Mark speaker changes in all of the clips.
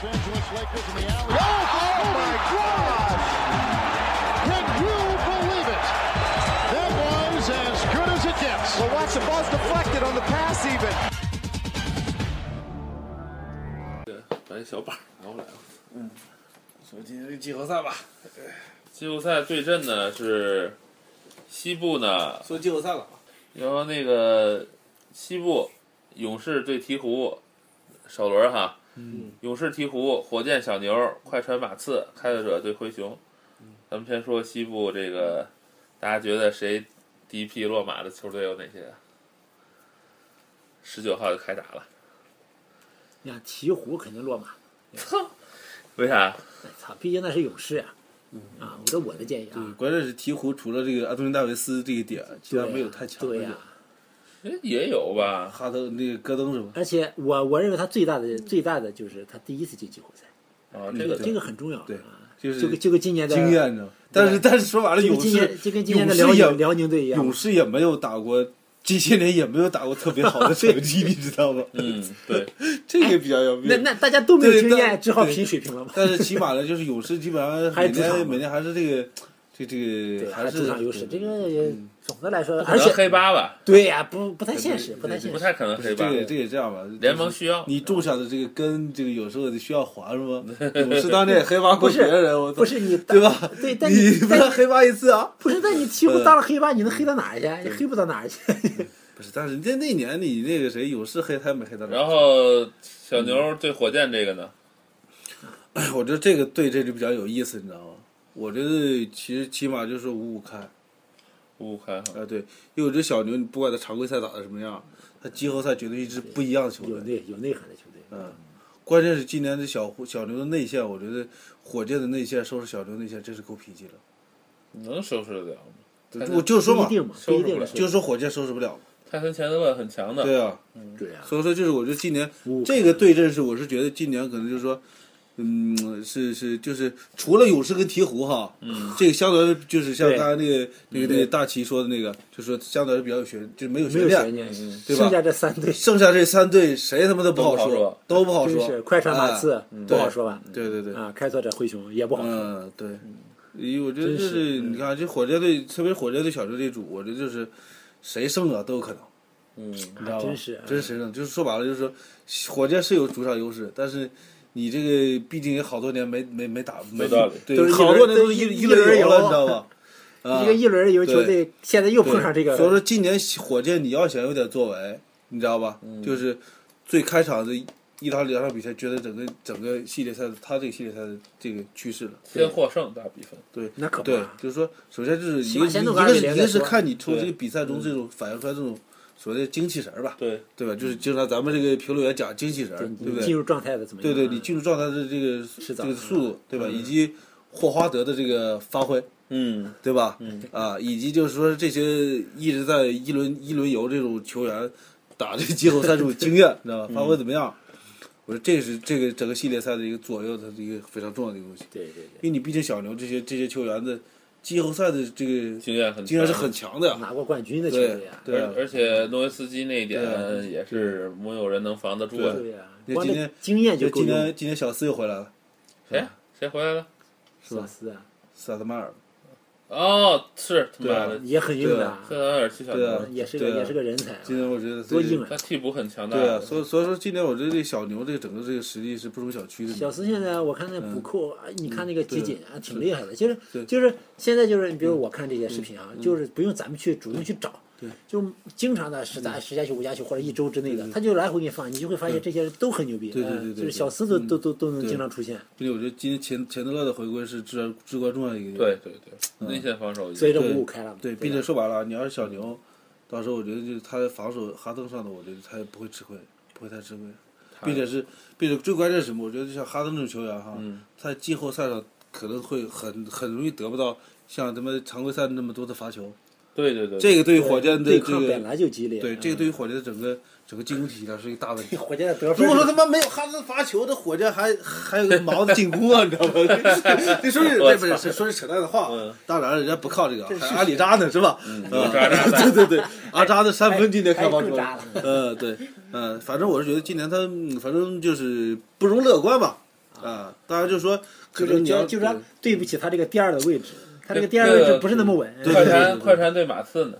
Speaker 1: Lakers in the alley. Oh, my God! Can you believe it? That was as good as it gets.
Speaker 2: Well, watch the ball's deflected on the pass even.
Speaker 3: 咱小板儿拿过来了。
Speaker 4: 所以今天这个季后赛吧，
Speaker 3: 季后赛对阵呢是西部呢，
Speaker 4: 说季后赛了啊。
Speaker 3: 然后那个西部勇士对鹈鹕，首轮哈，
Speaker 4: 嗯，
Speaker 3: 勇士、鹈鹕、火箭、小牛、快船、马刺、开拓者对灰熊。咱们先说西部这个，大家觉得谁第一批落马的球队有哪些啊？十九号就开打了，
Speaker 5: 呀，鹈鹕肯定落马，
Speaker 3: 为啥？
Speaker 5: 哎操，毕竟那是勇士呀、啊。我这我的建议
Speaker 4: 嗯对，
Speaker 5: 啊，
Speaker 4: 关键是鹈鹕除了这个安东尼戴维斯这一点，其他
Speaker 5: 对呀
Speaker 4: 没有太强的
Speaker 5: 对
Speaker 4: 人
Speaker 5: 呀、。
Speaker 3: 诶也有吧，
Speaker 4: 哈登那个戈登是吧？
Speaker 5: 而且我我认为他最大的最大的就是他第一次进季后赛，
Speaker 3: 啊，这个
Speaker 4: 对
Speaker 5: 这个很重要。
Speaker 4: 对
Speaker 5: 啊，
Speaker 4: 就是
Speaker 5: 就跟就跟今年的
Speaker 4: 经验，你知道吗？但是但是说白了，
Speaker 5: 就
Speaker 4: 勇
Speaker 5: 跟今
Speaker 4: 士
Speaker 5: 年就跟今年的
Speaker 4: 勇
Speaker 5: 辽
Speaker 4: 士也
Speaker 5: 宁辽宁队一样
Speaker 4: 勇
Speaker 5: 嘛。
Speaker 4: 士也没有打过，这些年也没有打过特别好的成 绩，你知道吗？
Speaker 3: 嗯，对，
Speaker 4: 这个比较要命。
Speaker 5: 哎那那大家都没有
Speaker 4: 对
Speaker 5: 经
Speaker 4: 但
Speaker 5: 验，只好
Speaker 4: 对
Speaker 5: 拼水平了嘛。
Speaker 4: 但是起码呢，就是勇士基本上每
Speaker 5: 还 是主场嘛
Speaker 4: 年每年还是这个这这
Speaker 5: 对，
Speaker 4: 个
Speaker 5: 还
Speaker 4: 是
Speaker 5: 主场优势，这
Speaker 4: 对嗯
Speaker 5: 个也总的来说，
Speaker 3: 可
Speaker 5: 而
Speaker 3: 能
Speaker 5: 且
Speaker 3: 黑八吧，
Speaker 5: 对呀，不不太现实，不太现
Speaker 3: 不
Speaker 5: 实。
Speaker 3: 太可能黑
Speaker 4: 这
Speaker 3: 八。
Speaker 4: 个这也这样吧，就是
Speaker 3: 联盟需要
Speaker 4: 你种下的这个根，这个有时候得需要还是吗？勇士当年也黑 八过
Speaker 5: 不
Speaker 4: 别
Speaker 5: 是
Speaker 4: 人，我操
Speaker 5: 不是你
Speaker 4: 对吧？
Speaker 5: 对，但
Speaker 4: 你
Speaker 5: 你
Speaker 4: 不
Speaker 5: 但
Speaker 4: 能
Speaker 5: 你
Speaker 4: 黑八一次啊？
Speaker 5: 不是，但你鹈鹕当了黑八，你能黑到哪儿去？也黑不到哪儿去。
Speaker 4: 不是，但是那那年你那个谁勇士黑他没黑到哪儿？
Speaker 3: 然后小牛对火箭这个呢，
Speaker 4: 哎我觉得这个对这就比较有意思，你知道吗？我觉得其实起码就是五五开。
Speaker 3: 五五开哈，
Speaker 4: 啊，对，因为我觉得小牛，你不管他常规赛打的什么样，他季后赛绝对是一支不一样的球
Speaker 5: 有
Speaker 4: 队。
Speaker 5: 内有内涵的球队，
Speaker 4: 嗯，关键是今年这小胡小牛的内线，我觉得火箭的内线收拾小牛内线真是够脾气了。
Speaker 3: 能收拾得了吗？
Speaker 4: 对
Speaker 3: 但是
Speaker 4: 我就说
Speaker 5: 不一
Speaker 4: 嘛，
Speaker 5: 定嘛，
Speaker 3: 收
Speaker 5: 不
Speaker 3: 拾
Speaker 5: 一
Speaker 3: 不
Speaker 5: 定
Speaker 3: 了
Speaker 5: 是
Speaker 4: 就是说火箭收拾不了嘛。
Speaker 3: 泰森钱德勒很
Speaker 5: 嗯
Speaker 3: 强的，
Speaker 4: 对啊，
Speaker 5: 对啊，
Speaker 4: 所以说就是我觉得今年
Speaker 5: 五五
Speaker 4: 这个对阵是，我是觉得今年可能就是说。嗯，是是，就是除了勇士跟鹈鹕哈，嗯，这个相对来说就是像
Speaker 5: 对
Speaker 4: 刚才那个那个那个大齐说的那个，就是说相对来说比较有悬，就是没有
Speaker 5: 没有
Speaker 4: 悬
Speaker 5: 悬
Speaker 4: 念，
Speaker 5: 念，
Speaker 4: 嗯对吧
Speaker 5: 剩下这三队
Speaker 4: 剩下这三队谁他妈都不好
Speaker 3: 说，
Speaker 4: 都不好
Speaker 5: 真
Speaker 4: 说。
Speaker 5: 是快船、马刺
Speaker 4: 哎，
Speaker 5: 不好说吧？
Speaker 4: 对对对，
Speaker 5: 啊，开拓者、灰熊也不好啊说。
Speaker 4: 嗯对，因为我觉得就
Speaker 5: 真嗯是
Speaker 4: 是你看这火箭队，特别火箭队小牛这组，我觉得就是谁胜啊都有可能，
Speaker 3: 嗯，
Speaker 4: 你知道吗？
Speaker 5: 真嗯是啊
Speaker 4: 真是谁胜，就是说白了就是说，火箭是有主场优势，但是。你这个毕竟也好多年没没没打，没
Speaker 3: 有道理
Speaker 5: 都
Speaker 4: 对，
Speaker 5: 是一
Speaker 4: 好
Speaker 5: 轮
Speaker 4: 多年都
Speaker 5: 都
Speaker 4: 是
Speaker 5: 是
Speaker 4: 一
Speaker 5: 一
Speaker 4: 一
Speaker 5: 轮
Speaker 4: 轮
Speaker 5: 游
Speaker 4: 了，你知道吧？啊
Speaker 5: 一个一轮游球队现在又
Speaker 4: 对
Speaker 5: 碰上这个，
Speaker 4: 所以说今年火箭你要想有点作为，你知道吧？
Speaker 5: 嗯
Speaker 4: 就是最开场的一场两场比赛，觉得整个整个系列赛，他这个系列赛的这个趋势了。
Speaker 3: 先获胜大比分，
Speaker 4: 对，
Speaker 5: 那可不
Speaker 4: 对
Speaker 5: 嘛，
Speaker 4: 就是说，首先就是一
Speaker 5: 起
Speaker 4: 个
Speaker 5: 码
Speaker 4: 一
Speaker 5: 先
Speaker 4: 个
Speaker 5: 弄个二比
Speaker 4: 是
Speaker 5: 零
Speaker 4: 一个是
Speaker 5: 再说
Speaker 4: 看你从
Speaker 3: 对嗯
Speaker 4: 这个比赛中这种反映出来这种所谓的精气神儿吧，
Speaker 3: 对，
Speaker 4: 对吧？就是经常咱们这个评论员讲精气神儿，对不
Speaker 5: 进
Speaker 4: 对？
Speaker 5: 入状态的怎么
Speaker 4: 对
Speaker 5: 样？
Speaker 4: 对，
Speaker 5: 啊
Speaker 4: 你进入状态的这个
Speaker 5: 迟早
Speaker 4: 这个
Speaker 5: 的嗯
Speaker 4: 速度，对吧？以及霍华德的这个发挥，
Speaker 3: 嗯，
Speaker 4: 对吧？嗯啊，以及就是说这些一直在一轮一轮游这种球员打这季后赛这种经验，你知
Speaker 5: 嗯
Speaker 4: 道吧？发挥怎么样？我说这是这个整个系列赛的一个左右的一个非常重要的一个东西，
Speaker 5: 对对
Speaker 4: 因为你毕竟小牛这些这些球员的季后赛的这个
Speaker 3: 经验很强
Speaker 4: 经验
Speaker 5: 嗯
Speaker 4: 是很强的
Speaker 5: 对，
Speaker 4: 呀，
Speaker 5: 拿过冠军的球
Speaker 4: 对
Speaker 5: 队啊，
Speaker 4: 对啊
Speaker 3: 而而且诺维斯基那一
Speaker 4: 对啊
Speaker 3: 点也是没有人能防得住啊的。
Speaker 5: 对呀，
Speaker 4: 那
Speaker 5: 光
Speaker 4: 今
Speaker 5: 这
Speaker 4: 天
Speaker 5: 经验
Speaker 4: 就
Speaker 5: 就够
Speaker 4: 今
Speaker 5: 用。
Speaker 4: 天今天小斯又回来了，
Speaker 3: 谁谁回来了？
Speaker 5: 索斯啊，
Speaker 4: 萨德迈尔，
Speaker 3: 哦，是他
Speaker 4: 对
Speaker 3: 妈
Speaker 4: 啊
Speaker 3: 的，
Speaker 5: 也很硬的啊，嗯
Speaker 3: 塞纳尔去小
Speaker 4: 对啊
Speaker 3: 牛，
Speaker 5: 也是个
Speaker 4: 对啊
Speaker 5: 也是个人才啊，
Speaker 4: 今天我觉得
Speaker 5: 多硬啊
Speaker 3: 他！替补很强大
Speaker 4: 对啊，
Speaker 3: 的，
Speaker 4: 所以所以说今天我觉得这小牛这个整个这个实力是不容小觑的，
Speaker 5: 小斯现在我看那
Speaker 4: 嗯
Speaker 5: 补扣，啊，你看那个集锦啊，挺厉害的。其
Speaker 4: 对嗯
Speaker 5: 实就是现在就是，比如我看这些视频啊，就是不用咱们去主动去找，就经常的
Speaker 4: 嗯
Speaker 5: 十加十加球、五加球或者一周之内的，他就来回给你放，你就会发现这些人都很牛逼。
Speaker 4: 对对对
Speaker 5: 哎
Speaker 4: 对对嗯
Speaker 5: 就是小斯都都都都能经常出现，
Speaker 4: 并且我觉得今天钱钱德勒的回归是至至关重要的一个点。
Speaker 3: 对对对，
Speaker 4: 嗯
Speaker 3: 内线防守也
Speaker 5: 所以这
Speaker 4: 对
Speaker 5: 五五开了嘛。啊
Speaker 4: 对，
Speaker 5: 吧
Speaker 4: 并且说白了，你要是小牛，到时候我觉得就是他的防守哈登上的，我觉得他也不会吃亏，不会太吃亏，并且是，并且最关键是什么？我觉得像哈登这种球员哈，
Speaker 5: 嗯
Speaker 4: 他在季后赛上可能会很很容易得不到像咱们常规赛那么多的罚球，
Speaker 3: 对对对，
Speaker 4: 这个对于火箭的
Speaker 5: 对
Speaker 4: 这
Speaker 5: 抗本
Speaker 4: 个
Speaker 5: 来就激烈，嗯
Speaker 4: 对这个对于火箭的整个整个进攻体系来说是一个大问题。
Speaker 5: 火箭的 得
Speaker 4: 如
Speaker 5: 分
Speaker 4: 果
Speaker 5: 是。
Speaker 4: 说他妈没有哈登罚球，这火箭还还有个毛的进攻啊，你知 道吗？这说是
Speaker 3: 我
Speaker 4: 这
Speaker 3: 操
Speaker 4: 不是说是扯淡的话
Speaker 3: 嗯，
Speaker 4: 当然人家不靠这个，还有阿里扎呢是吧？嗯
Speaker 3: 有扎扎在
Speaker 4: 对对对，阿扎的三分今年开发出
Speaker 5: 哎
Speaker 4: 来
Speaker 5: 哎，
Speaker 4: 嗯对，嗯，反正我是觉得今年他嗯反正就是不容乐观吧，啊，当然就是说，可
Speaker 5: 就
Speaker 4: 能
Speaker 5: 是
Speaker 4: 你
Speaker 5: 觉
Speaker 4: 要
Speaker 5: 得就是
Speaker 4: 对呃
Speaker 5: 说对不起他这个第二的位置，他这个第二
Speaker 3: 对
Speaker 5: 位
Speaker 3: 对
Speaker 5: 置不是那么稳，
Speaker 4: 对
Speaker 3: 快
Speaker 4: 对对
Speaker 3: 船
Speaker 4: 对
Speaker 3: 快船对马刺呢？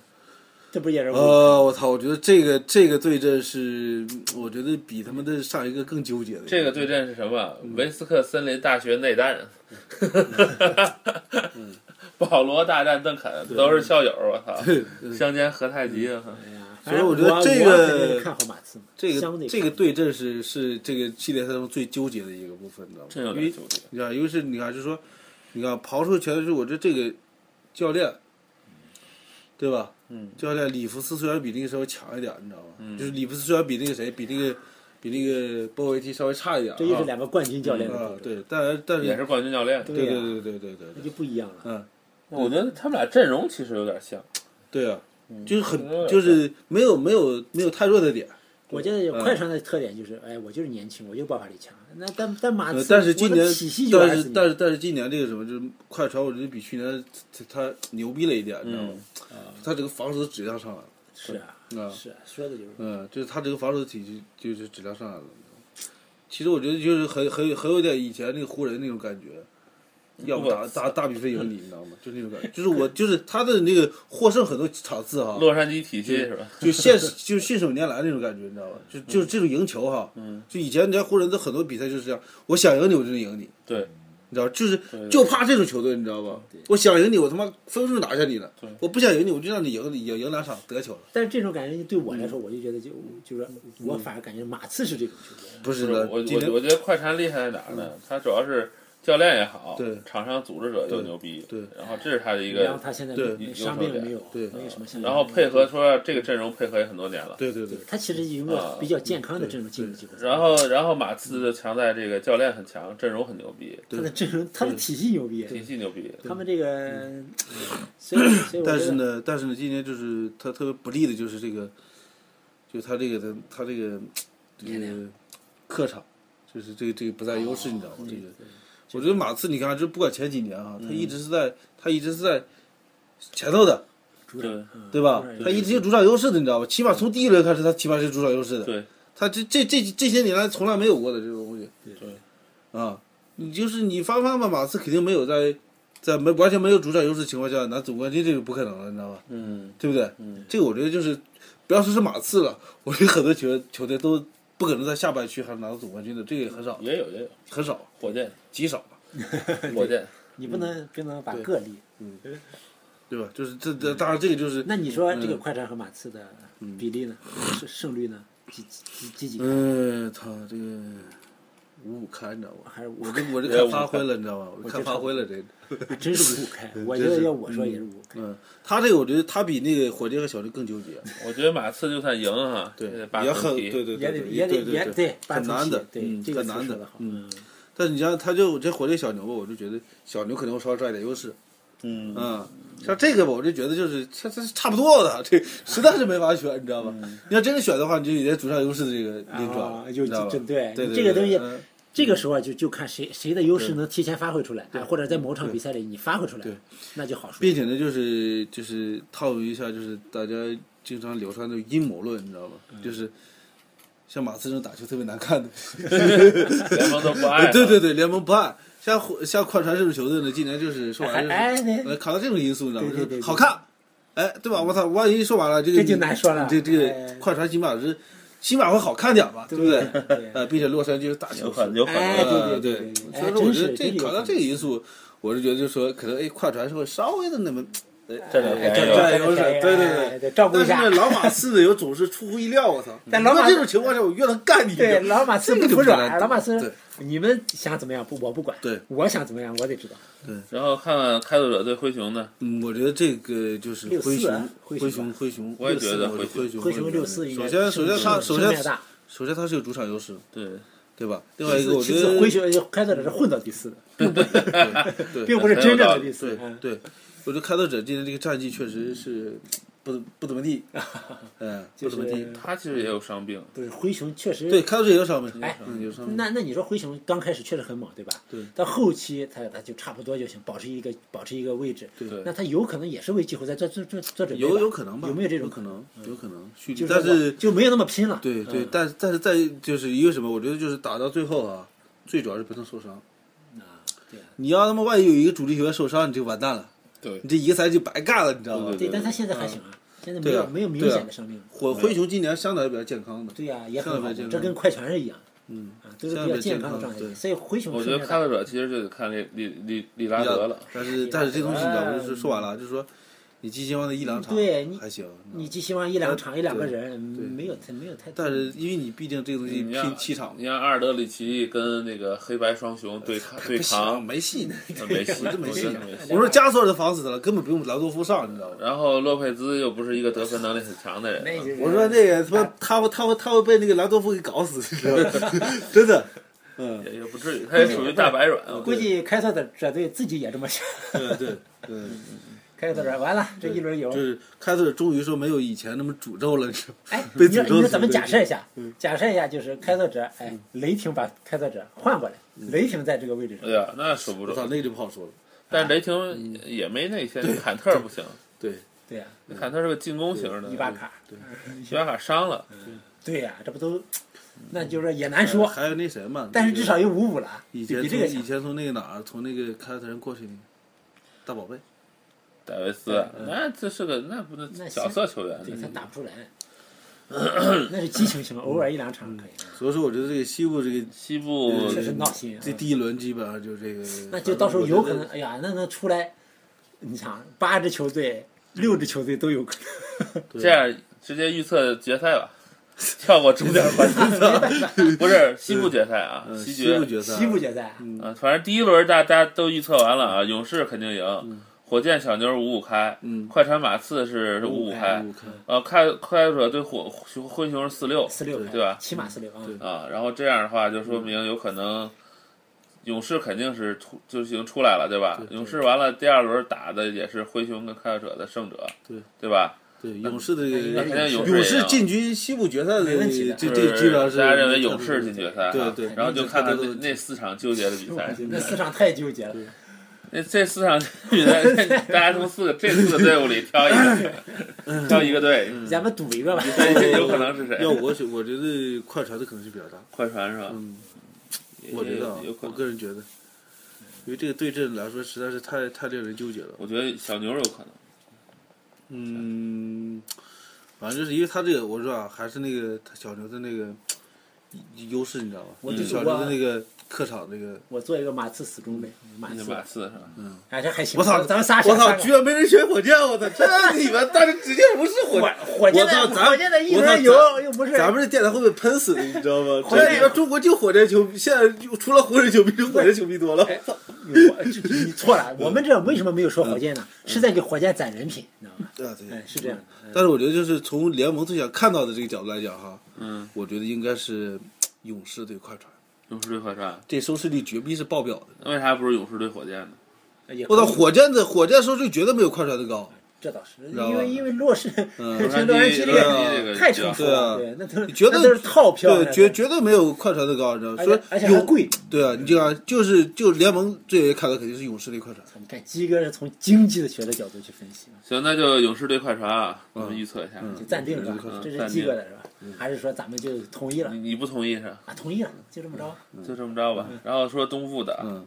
Speaker 5: 这不是也是我
Speaker 4: 呃，我操！我觉得这个这个对阵是，我觉得比他们的上一个更纠结的。
Speaker 3: 这个对阵是什么？
Speaker 4: 嗯
Speaker 3: 维斯克森林大学内战，
Speaker 4: 嗯
Speaker 3: 保罗大战邓肯，都是校友，我操，
Speaker 4: 对，对嗯
Speaker 3: 相煎何太急啊！
Speaker 5: 反
Speaker 4: 所以
Speaker 5: 正
Speaker 4: 我觉得
Speaker 5: 哎我
Speaker 4: 这
Speaker 5: 我
Speaker 4: 个
Speaker 5: 肯定是看好马刺嘛，
Speaker 4: 这
Speaker 5: 相
Speaker 4: 个
Speaker 5: 对
Speaker 4: 这个对阵是是这个系列赛中最纠结的一个部分，你知道吗？
Speaker 3: 真有
Speaker 4: 因
Speaker 3: 点
Speaker 4: 为
Speaker 3: 纠结。
Speaker 4: 你看，因为是你看，就是说，你看刨出全是我觉得这个教练，对吧？嗯，教练里弗斯虽然比那个稍微强一点，你知道吗？嗯，就是里弗斯虽然比那个谁，比那个比那个波维蒂稍微差一点，
Speaker 5: 这又是两个冠军教练的
Speaker 4: 啊
Speaker 5: 对，
Speaker 4: 对，但但
Speaker 3: 也是冠军教练，
Speaker 4: 对
Speaker 5: 呀
Speaker 4: 对对对对对
Speaker 5: 那
Speaker 4: 对，
Speaker 5: 就不一样了。
Speaker 4: 嗯，
Speaker 3: 我觉得他们俩阵容其实有点像，
Speaker 4: 对啊，就是很
Speaker 3: 嗯
Speaker 4: 就是没有没有没有太弱的点，
Speaker 5: 我觉得快船的特点就是，哎，我就是年轻，我就爆发力强。那但但马
Speaker 4: 呃
Speaker 5: 刺，
Speaker 4: 但是今年
Speaker 5: 我的体系，就
Speaker 4: 但
Speaker 5: 二
Speaker 4: 是
Speaker 5: 十
Speaker 4: 但是但是今年这个什么，就是快船，我觉得比去年他他牛逼了一点，你知道吗？他这个防守的质量上来了，
Speaker 5: 是啊
Speaker 4: 啊
Speaker 5: 嗯是啊，说的就是
Speaker 4: 嗯，就是他这个防守体系就是质量上来了。其实我觉得就是很很很有点以前那个湖人那种感觉，要不打打大比分赢你，你知道吗？就那种感觉，就是 我就是他的那个获胜很多场次哈，
Speaker 3: 洛杉矶体系是吧？
Speaker 4: 就现实就信手拈来那种感觉，你知道吧？就就是这种赢球哈，
Speaker 5: 嗯
Speaker 4: 就以前人家湖人的很多比赛就是这样，我想赢你我就能赢你，
Speaker 3: 对，
Speaker 4: 你知道，就是就怕这种球队，你知道吧？我想赢你，我他妈分数拿下你了；我不想赢你，我就让你赢赢赢两场得球了。
Speaker 5: 但是这种感觉对我来
Speaker 4: 嗯
Speaker 5: 说，我就觉得就就是我反而感觉马刺是这种球队，
Speaker 4: 不是
Speaker 3: 我
Speaker 4: 的，
Speaker 3: 我
Speaker 4: 今
Speaker 3: 我
Speaker 4: 天嗯
Speaker 3: 我觉得快船厉害在哪儿呢？他主要是教练也好，
Speaker 4: 对
Speaker 3: 场上组织者又牛逼，
Speaker 4: 对对
Speaker 3: 然后这是他的一
Speaker 5: 然后
Speaker 3: 个，
Speaker 5: 他现在
Speaker 4: 对
Speaker 5: 没伤病也没有，
Speaker 4: 对
Speaker 5: 没有什么伤病，
Speaker 3: 然后配合说这个阵容配合也很多年了，
Speaker 4: 对对对，
Speaker 5: 他其实有
Speaker 3: 啊
Speaker 5: 个比较健康的阵容进入季后赛，
Speaker 3: 然后然后马刺就强在这个教练很强，阵容很牛逼，
Speaker 5: 他的阵容他的体系牛
Speaker 3: 体
Speaker 5: 逼，
Speaker 3: 系牛逼，
Speaker 5: 他们这个，所以所以
Speaker 4: 嗯
Speaker 5: 我觉得
Speaker 4: 但是，呢，但是呢，今年就是他特别不利的就是这个，就他这个他他这个这个客场，就是这个这个不占优势，你知道
Speaker 5: 哦
Speaker 4: 吗？这个，我觉得马刺你看，就不管前几年啊，他一直是在他一直是在前头的，
Speaker 3: 对
Speaker 4: 对吧
Speaker 5: 主场优？势
Speaker 4: 他一直有主场优势的，你知道吧？起码从第一轮开始，他起码是有主场优势的。
Speaker 3: 对，
Speaker 4: 他这这这这些年来从来没有过的这种东西。
Speaker 5: 对
Speaker 4: 啊，你就是你翻翻吧，马刺肯定没有在在没完全没有主场优势的情况下拿总冠军，这个不可能了，你知道吧？
Speaker 3: 嗯，
Speaker 4: 对不对？嗯，这个我觉得就是不要说是马刺了， 我觉得很多球球队都不可能在下半区还拿到总冠军的，这个也很少，
Speaker 3: 也有也有
Speaker 4: 很少，
Speaker 3: 火箭
Speaker 4: 极少吧，哎
Speaker 3: 火箭，
Speaker 5: 你不能不能把个例，
Speaker 4: 对吧？就是这这当然这个就是
Speaker 5: 那你说这
Speaker 4: 嗯
Speaker 5: 个快船和马刺的比例呢， 胜胜率呢，几几几几
Speaker 4: 嗯，他这个五五开，你知道吧？
Speaker 5: 还是
Speaker 4: 我
Speaker 5: 我
Speaker 4: 这呃我这
Speaker 3: 也五五
Speaker 4: 看发挥
Speaker 3: 开
Speaker 4: 了，你知道吧？我看
Speaker 5: 就
Speaker 4: 发
Speaker 5: 是
Speaker 4: 挥了这个。
Speaker 5: 还真是五五开，我觉得要我说也是五五开，
Speaker 4: 嗯，他这个我觉得他比那个火箭和小牛更纠结，
Speaker 3: 我觉得马刺就算赢哈，
Speaker 4: 对
Speaker 3: 也得，八
Speaker 4: 也
Speaker 3: 分
Speaker 4: 很
Speaker 3: 皮
Speaker 4: 对对对，
Speaker 5: 也得
Speaker 4: 对
Speaker 5: 也得
Speaker 4: 对
Speaker 5: 也
Speaker 4: 对
Speaker 5: 对，八
Speaker 4: 很
Speaker 5: 分
Speaker 4: 难
Speaker 5: 起
Speaker 4: 的，
Speaker 5: 对
Speaker 4: 嗯
Speaker 5: 这个
Speaker 4: 很
Speaker 5: 词
Speaker 4: 难
Speaker 5: 说
Speaker 4: 的
Speaker 5: 得，好，
Speaker 4: 嗯。但是你像他就这火箭小牛吧，我就觉得小牛可能稍微占一点优势，
Speaker 3: 嗯
Speaker 4: 嗯，像这个吧，我就觉得就是这这差不多的， 这实在是没法选，你知道吧？你要真的选的话，你就有点主场优势的这个临
Speaker 5: 啊
Speaker 4: 转，，你
Speaker 5: 就
Speaker 4: 知道吧？
Speaker 5: 就就对
Speaker 4: 对，
Speaker 5: 你
Speaker 4: 对
Speaker 5: 这个东西
Speaker 4: 对嗯，
Speaker 5: 这个时候啊就就看谁谁的优势能提前发挥出来，哎或者在某场比赛里你发挥出来
Speaker 4: 嗯对，
Speaker 5: 那就好说
Speaker 4: 并。且呢，就是就是套用一下，就是大家经常流传的阴谋论，你知道吧？
Speaker 5: 嗯
Speaker 4: 就是像马刺这种打球特别难看的，
Speaker 3: 联盟都不爱了，
Speaker 4: 对对对，联盟不按。像火像快船这种球队呢，今年就是说白了
Speaker 5: 哎
Speaker 4: 就
Speaker 5: 哎
Speaker 4: 是，呃，考到这种因素，你知道吗？
Speaker 5: 对对对
Speaker 4: 就是
Speaker 5: 对
Speaker 4: 好看，哎，对吧？我操，万一说完了，这个
Speaker 5: 这就难说了
Speaker 4: 这这个
Speaker 5: 哎
Speaker 4: 快船起码是起码会好看点吧，对不
Speaker 5: 对
Speaker 4: 对
Speaker 5: 对？
Speaker 4: 呃，并且洛杉矶是大球
Speaker 3: 有
Speaker 4: 市
Speaker 3: 很，有很
Speaker 5: 哎
Speaker 3: 多
Speaker 4: 呃对
Speaker 5: 对对对对
Speaker 4: 所以
Speaker 5: 哎
Speaker 4: 说我觉得
Speaker 5: 真是
Speaker 4: 这
Speaker 5: 真是有
Speaker 4: 考
Speaker 5: 可
Speaker 4: 到
Speaker 5: 能
Speaker 4: 这个因素，我是觉得就是说可能哎，快船是会稍微的那么
Speaker 3: 这两
Speaker 5: 哎
Speaker 3: 天
Speaker 5: 这
Speaker 3: 有
Speaker 5: 这
Speaker 4: 占优势，
Speaker 5: 哎
Speaker 4: 对对
Speaker 5: 哎对照顾一下
Speaker 4: 但是呢老马刺的有总是出乎意料，我操！
Speaker 5: 但老马
Speaker 4: 那这种情况下，我越能干你，
Speaker 5: 对，老马刺
Speaker 4: 这
Speaker 5: 不
Speaker 4: 个就
Speaker 5: 服
Speaker 4: 难
Speaker 5: 软，
Speaker 4: 懂
Speaker 5: 老马刺
Speaker 4: 对
Speaker 5: 说你们想怎么样不我不管，
Speaker 4: 对
Speaker 5: 我想怎么样我得知道。
Speaker 3: 然后看看开拓者对灰熊呢，
Speaker 4: 嗯，我觉得这个就是
Speaker 5: 六四
Speaker 4: 灰熊
Speaker 5: 啊，
Speaker 4: 灰
Speaker 5: 灰熊
Speaker 4: 熊，灰熊，
Speaker 3: 我也觉得
Speaker 4: 我
Speaker 3: 灰
Speaker 4: 灰熊，
Speaker 5: 灰熊六四应
Speaker 4: 首
Speaker 5: 该
Speaker 4: 先，首
Speaker 5: 胜
Speaker 4: 先他，
Speaker 5: 胜
Speaker 4: 首
Speaker 5: 胜
Speaker 4: 先
Speaker 5: 面大，
Speaker 4: 首先他是有主场优势，
Speaker 3: 对，
Speaker 4: 对吧？另外一个，我
Speaker 5: 其
Speaker 4: 觉
Speaker 5: 次
Speaker 4: 得
Speaker 5: 灰熊开拓者是混到第四的，
Speaker 4: 对
Speaker 5: 并不是真正的第四
Speaker 4: 对。
Speaker 5: 嗯
Speaker 4: 对，我觉得开拓者今天这个战绩确实是不不怎么 地，嗯，不
Speaker 5: 就
Speaker 4: 怎么地
Speaker 5: 是。
Speaker 3: 他其实也有伤病，
Speaker 5: 不是灰熊确实
Speaker 4: 对，开拓者有伤病，
Speaker 5: 哎
Speaker 4: 嗯，有伤病。
Speaker 5: 那那你说灰熊刚开始确实很猛，对吧？
Speaker 4: 对
Speaker 5: 到后期他他就差不多就行，保持一个保持一个位置。
Speaker 4: 对
Speaker 5: 那他有可能也是为季后赛做做做做准备吧。
Speaker 4: 有有可能吧？
Speaker 5: 有没有这种嗯
Speaker 4: 可？能？有可能，蓄力
Speaker 5: 就
Speaker 4: 但
Speaker 5: 我
Speaker 4: 是
Speaker 5: 就没有那么拼了。嗯
Speaker 4: 对对，但但是在就是一个什么？我觉得就是打到最后啊，最主要是不能受伤。
Speaker 5: 啊，对啊，
Speaker 4: 你要他妈万一有一个主力球员受伤，你就完蛋了，
Speaker 6: 对
Speaker 4: 你，这一个赛季就白干了，你知道吗？
Speaker 3: 对
Speaker 5: 对，但他现在还行啊，现在没
Speaker 4: 对
Speaker 5: 有
Speaker 4: 啊
Speaker 5: 没有明
Speaker 4: 对啊
Speaker 5: 显的伤病。
Speaker 4: 灰灰熊今年相对还比较健康的，
Speaker 5: 对呀，也
Speaker 4: 相
Speaker 5: 很
Speaker 4: 对比
Speaker 5: 好
Speaker 4: 较
Speaker 5: 的，
Speaker 4: 健
Speaker 5: 这
Speaker 4: 康
Speaker 5: 跟。快船是一样，
Speaker 4: 嗯，
Speaker 5: 啊，都是比较健康的
Speaker 4: 相对健
Speaker 5: 状
Speaker 4: 康对
Speaker 5: 态。所以灰熊
Speaker 3: 我觉
Speaker 5: 是
Speaker 3: 得
Speaker 5: 那
Speaker 3: 开
Speaker 5: 样
Speaker 3: 拓者其实就得看利利利利拉
Speaker 4: 比较
Speaker 3: 德了，
Speaker 4: 但是但是这东西你知道吗，我就是说完了，就是说你寄希望的一两场
Speaker 5: 对你
Speaker 4: 还行，知道吗
Speaker 5: 你寄希望一两场一两个人，
Speaker 4: 对
Speaker 5: 没有太没有太。
Speaker 4: 但是因为你毕竟这个东西
Speaker 3: 你让
Speaker 4: 拼七场
Speaker 3: 你让阿尔德里奇跟那个黑白双雄对抗对呃
Speaker 4: 哎不行，
Speaker 3: 抗，
Speaker 4: 没戏呢，
Speaker 3: 那没戏，
Speaker 4: 真没啊
Speaker 3: 我
Speaker 4: 戏
Speaker 3: 真的没。戏。
Speaker 4: 我说加索尔都防死他了，根本不用兰多夫上，你知道吗？
Speaker 3: 然后洛佩兹又不是一个得分能力很强的人，
Speaker 5: 就是
Speaker 4: 我说那个他妈他会他会他会被那个兰多夫给搞死，你知道吗 真的。嗯，
Speaker 3: 也也不至于，他也属于大白软。我
Speaker 5: 估计开拓者队自己也这么想。
Speaker 4: 对对对，
Speaker 5: 开拓者完了，这一轮游
Speaker 4: 就。是开拓者终于说没有以前那么诅咒了，你知道吗？
Speaker 5: 哎，
Speaker 4: 被
Speaker 5: 你说
Speaker 4: 诅咒
Speaker 5: 你说
Speaker 4: 死
Speaker 5: 咱们
Speaker 4: 对
Speaker 5: 假
Speaker 4: 对
Speaker 5: 设一下，
Speaker 4: 嗯
Speaker 5: 假设一下就是开拓者，哎，雷霆把开拓者换过来，
Speaker 4: 嗯
Speaker 5: 雷霆在这个位置上
Speaker 3: 哎，呀，那说不
Speaker 4: 我操，
Speaker 3: 准。
Speaker 4: 那个就不好说了。
Speaker 3: 但是雷霆也没内线，坎特不行，
Speaker 4: 对，
Speaker 5: 对呀，啊
Speaker 3: 坎特是个进攻型
Speaker 4: 嗯
Speaker 3: 的。
Speaker 5: 伊巴卡，
Speaker 3: 伊巴卡伤了，
Speaker 5: 对呀，这不都，那就是说也难说，
Speaker 4: 嗯还有那谁嘛？
Speaker 5: 但是至少
Speaker 4: 有
Speaker 5: 有五五了，
Speaker 4: 以
Speaker 5: 比
Speaker 4: 前
Speaker 5: 比这
Speaker 4: 从
Speaker 5: 个
Speaker 4: 以
Speaker 5: 强。
Speaker 4: 前从那个哪儿，从那个凯尔特人过去那个大宝贝，
Speaker 3: 戴维斯，那这是个那不
Speaker 5: 那
Speaker 3: 是
Speaker 5: 行
Speaker 3: 角色球员
Speaker 5: 对
Speaker 4: 嗯
Speaker 5: 他
Speaker 3: 呢，
Speaker 5: 打不 出来，那是激情型，偶尔一两场可以，
Speaker 4: 所以说我觉得这个西部这个
Speaker 3: 西部
Speaker 5: 确实闹心啊。
Speaker 4: 嗯这第一轮基本上就这个，
Speaker 5: 嗯那就到时候有可能，哎呀，那能出来，你想八支球队、六支球队都有可能。
Speaker 3: 这样直接预测决赛吧， 跳过终点环节，不是西部决赛啊，
Speaker 4: 嗯
Speaker 3: 西
Speaker 4: 西部
Speaker 3: 决
Speaker 4: 决赛，
Speaker 5: 西部决赛，
Speaker 4: 嗯
Speaker 3: 啊，反正第一轮大大家都预测完了啊，勇士肯定赢，火箭小牛五五开，
Speaker 4: 嗯
Speaker 3: 快船马刺是是五
Speaker 5: 五五
Speaker 3: 开
Speaker 4: 五，五
Speaker 5: 嗯
Speaker 4: 开
Speaker 3: 呃，开开拓者对火灰熊是四六
Speaker 5: 四六
Speaker 3: 对吧
Speaker 5: 起码四六啊，
Speaker 3: 啊，然后这样的话就说明有可能。勇士肯定是出就已经出来了，对吧？勇士完了，第二轮打的也是灰熊跟开拓者的胜者，
Speaker 4: 对
Speaker 3: 对吧？
Speaker 4: 对勇士的这
Speaker 3: 那肯定
Speaker 4: 个
Speaker 3: 勇士
Speaker 4: 勇
Speaker 3: 也
Speaker 4: 士
Speaker 3: 赢
Speaker 4: 进军西部决赛的
Speaker 5: 啊没问题的
Speaker 4: 这
Speaker 3: 就是
Speaker 4: 这基本上是
Speaker 3: 大家认为勇士进决赛啊，
Speaker 4: 对对，
Speaker 3: 然后就看看那
Speaker 4: 这
Speaker 3: 那四场纠结的比赛，
Speaker 5: 嗯那四场太纠结了。
Speaker 3: 那这四场比赛， 大家从四个这四个队伍里挑一个，
Speaker 4: 嗯
Speaker 3: 挑一个队，
Speaker 5: 咱们赌一个吧，
Speaker 3: 那这有可能是
Speaker 4: 要
Speaker 3: 谁？
Speaker 4: 我选，我觉得快船的可能性比较大，
Speaker 3: 快船是吧？也
Speaker 4: 嗯我觉得啊
Speaker 3: 也有，可
Speaker 4: 我
Speaker 3: 能。嗯
Speaker 4: 个人觉得，因为这个对阵来说实在是太太令人纠结了。
Speaker 3: 我觉得小牛有可能，
Speaker 4: 嗯，反正就是因为他这个，我说啊，还是那个他小牛的那个优势，你知道吧？
Speaker 5: 我就
Speaker 4: 小牛的那个客场那个，
Speaker 5: 我做一个马刺死忠呗，
Speaker 4: 嗯
Speaker 5: 马
Speaker 3: 那
Speaker 5: 刺，
Speaker 3: 马刺是吧？
Speaker 5: 哎，这还行。
Speaker 4: 我操，
Speaker 5: 咱们仨选
Speaker 4: 我操
Speaker 5: 三，个
Speaker 4: 居然没人选火箭，我操，这你们当时直接不是火
Speaker 5: 火火箭
Speaker 4: 我
Speaker 5: 的
Speaker 4: 操咱
Speaker 5: 火箭的一
Speaker 4: 我操
Speaker 5: 轮
Speaker 4: 咱
Speaker 5: 游又不是
Speaker 4: 咱们这电台会被喷死的，你知道吗？
Speaker 5: 火
Speaker 4: 这
Speaker 5: 箭
Speaker 4: 里边中国就火箭球迷，现在就除了湖人球迷，就火箭球迷多了。
Speaker 5: 有火这你错了，
Speaker 4: 嗯
Speaker 5: 我们这为什么没有说火箭呢？是在给火箭攒人品，你知道吗？
Speaker 4: 啊，对
Speaker 5: 哎，是这样的。
Speaker 4: 但是我觉得，就是从联盟最想看到的这个角度来讲，哈，
Speaker 3: 嗯，
Speaker 4: 我觉得应该是勇士对快船，
Speaker 3: 勇士对快船，
Speaker 4: 这收视率绝逼是爆表的。
Speaker 3: 那为啥不是勇士对火箭呢？
Speaker 5: 也
Speaker 4: 嗯我
Speaker 5: 可
Speaker 4: 操，
Speaker 5: 以
Speaker 4: 火箭的火箭收视率绝对没有快船的高，
Speaker 5: 这倒是，
Speaker 4: 道吧
Speaker 5: 因为因为洛氏
Speaker 4: 嗯
Speaker 5: 这洛杉矶这
Speaker 4: 洛杉矶
Speaker 3: 这
Speaker 5: 个
Speaker 3: 个
Speaker 5: 太成熟了，
Speaker 4: 对啊
Speaker 5: 对，那都是
Speaker 4: 绝对
Speaker 5: 那都是套票，那
Speaker 4: 对，
Speaker 5: 都
Speaker 4: 绝绝对没有快船的高，你知道吗？
Speaker 5: 而
Speaker 4: 所
Speaker 5: 且而且
Speaker 4: 以
Speaker 5: 还
Speaker 4: 勇
Speaker 5: 贵。
Speaker 4: 对啊，你这样就是就是联盟最看的肯定是勇士对快船。
Speaker 5: 你看鸡哥是从经济的学的角度去分析，
Speaker 3: 行，那就勇士对快船啊，我
Speaker 4: 嗯
Speaker 3: 们预测一下。
Speaker 5: 就暂定了吧
Speaker 3: 嗯，
Speaker 5: 这是
Speaker 3: 暂
Speaker 5: 鸡
Speaker 3: 定
Speaker 5: 哥的是吧？还是说咱们就同意了
Speaker 4: 嗯
Speaker 3: 你？你不同意是吧？
Speaker 5: 啊，同意了，就这么着。
Speaker 3: 就这么着吧。然后说东部的啊，
Speaker 4: 嗯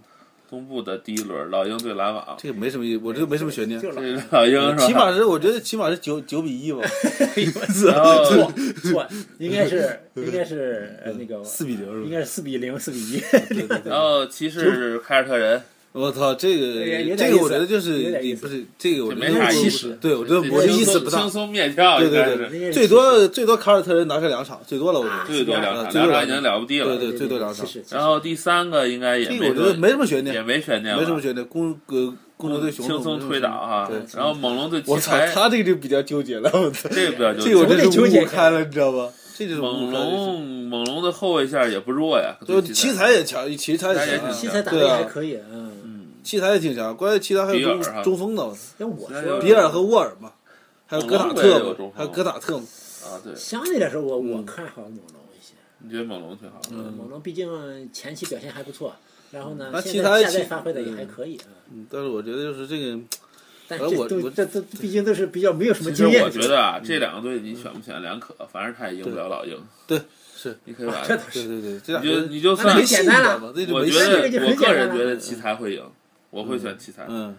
Speaker 3: 东部的第一轮，老鹰对篮网，
Speaker 4: 这个没什么意，我这个没什么悬念。
Speaker 5: 就老
Speaker 3: 这个老鹰是吧？
Speaker 4: 起码是我觉得起码是九九比一吧，
Speaker 3: 然后
Speaker 5: 错错，应该是应该是呃那个
Speaker 4: 嗯四比零
Speaker 5: 应
Speaker 4: 是吧？
Speaker 5: 该是四比零四比一，
Speaker 4: 对对对
Speaker 3: 然。后骑士凯尔特人，
Speaker 4: 我操，这
Speaker 5: 有
Speaker 4: 个
Speaker 5: 有点
Speaker 4: 这个我觉
Speaker 5: 意思
Speaker 4: 得就是
Speaker 5: 有点意
Speaker 4: 也
Speaker 5: 思
Speaker 4: 不是这个我觉
Speaker 3: 没
Speaker 4: 得
Speaker 3: 啥
Speaker 4: 我
Speaker 3: 意思
Speaker 4: 对我觉得我的意思不大
Speaker 3: 轻。松灭跳，
Speaker 4: 对对
Speaker 3: 应该是
Speaker 4: 对，最多最多凯尔特人拿下两场，最多了我觉得。
Speaker 3: 最多两
Speaker 4: 啊
Speaker 3: 场，
Speaker 4: 最
Speaker 3: 两
Speaker 4: 多
Speaker 3: 场已
Speaker 4: 两
Speaker 3: 经
Speaker 4: 场。
Speaker 3: 了不地了。
Speaker 4: 对对最多两场
Speaker 5: 是是
Speaker 3: 然后第三个应该也
Speaker 4: 这
Speaker 3: 没
Speaker 4: 个我觉得没什么悬念
Speaker 3: 也，没悬念吧，
Speaker 4: 没什么悬念，公呃公牛对雄
Speaker 3: 轻松推倒啊
Speaker 4: 对。
Speaker 3: 然后猛龙对奇
Speaker 4: 我操，
Speaker 3: 才，
Speaker 4: 他这个就比较纠结了，我操，
Speaker 3: 这个比较
Speaker 4: 这个
Speaker 3: 纠
Speaker 4: 我
Speaker 3: 结。
Speaker 4: 真是
Speaker 5: 纠结
Speaker 4: 五五开了，你知道吧？这就是五
Speaker 3: 猛
Speaker 4: 五开了。
Speaker 3: 龙猛龙的后卫线也不弱呀，
Speaker 4: 就
Speaker 3: 对
Speaker 4: 奇才也强，奇才
Speaker 3: 奇才也
Speaker 4: 也
Speaker 3: 挺
Speaker 5: 奇
Speaker 3: 强，
Speaker 4: 强
Speaker 5: 才打的也还可以，嗯，
Speaker 4: 奇才也挺强。关键奇才还有
Speaker 3: 比尔啊
Speaker 4: 中中锋呢，我操
Speaker 5: 要我
Speaker 3: 那就
Speaker 5: 说
Speaker 4: 比尔和沃尔嘛，还有
Speaker 3: 猛
Speaker 4: 戈
Speaker 3: 龙
Speaker 4: 塔
Speaker 3: 队也有
Speaker 4: 特
Speaker 3: 中锋，
Speaker 4: 嘛还有戈塔特嘛。
Speaker 3: 啊，对，
Speaker 5: 相对来说，我
Speaker 4: 嗯
Speaker 5: 我看好猛龙一些。
Speaker 3: 你觉得猛龙挺好的？
Speaker 5: 猛龙毕竟前期表现还不错，然后呢，
Speaker 4: 那
Speaker 5: 现
Speaker 4: 其他
Speaker 5: 在
Speaker 4: 一
Speaker 5: 现在
Speaker 4: 起
Speaker 5: 发挥的也还可以啊。
Speaker 4: 嗯但是我觉得就是这个，
Speaker 5: 但
Speaker 4: 呃
Speaker 5: 这
Speaker 4: 我
Speaker 5: 都
Speaker 4: 我
Speaker 5: 这都毕竟都是比较没有什么
Speaker 3: 其实
Speaker 5: 经验
Speaker 3: 我
Speaker 5: 的球
Speaker 3: 觉
Speaker 5: 员。
Speaker 3: 得啊，这两个队你选不选两可，反正他也赢不了老鹰。
Speaker 4: 对，是，
Speaker 3: 你可以把，
Speaker 6: 这都
Speaker 4: 对
Speaker 6: 是
Speaker 4: 对对，这俩
Speaker 3: 你就
Speaker 4: 人
Speaker 3: 你就
Speaker 4: 那
Speaker 3: 算
Speaker 4: 没戏
Speaker 6: 简单了
Speaker 4: 你知道吗那就
Speaker 3: 我
Speaker 4: 没
Speaker 3: 觉
Speaker 4: 戏。
Speaker 5: 这个
Speaker 3: 得
Speaker 5: 就
Speaker 3: 我
Speaker 5: 很简
Speaker 3: 个
Speaker 5: 单
Speaker 3: 人
Speaker 5: 了
Speaker 3: 觉得奇才会赢，我会选奇才。
Speaker 4: 嗯，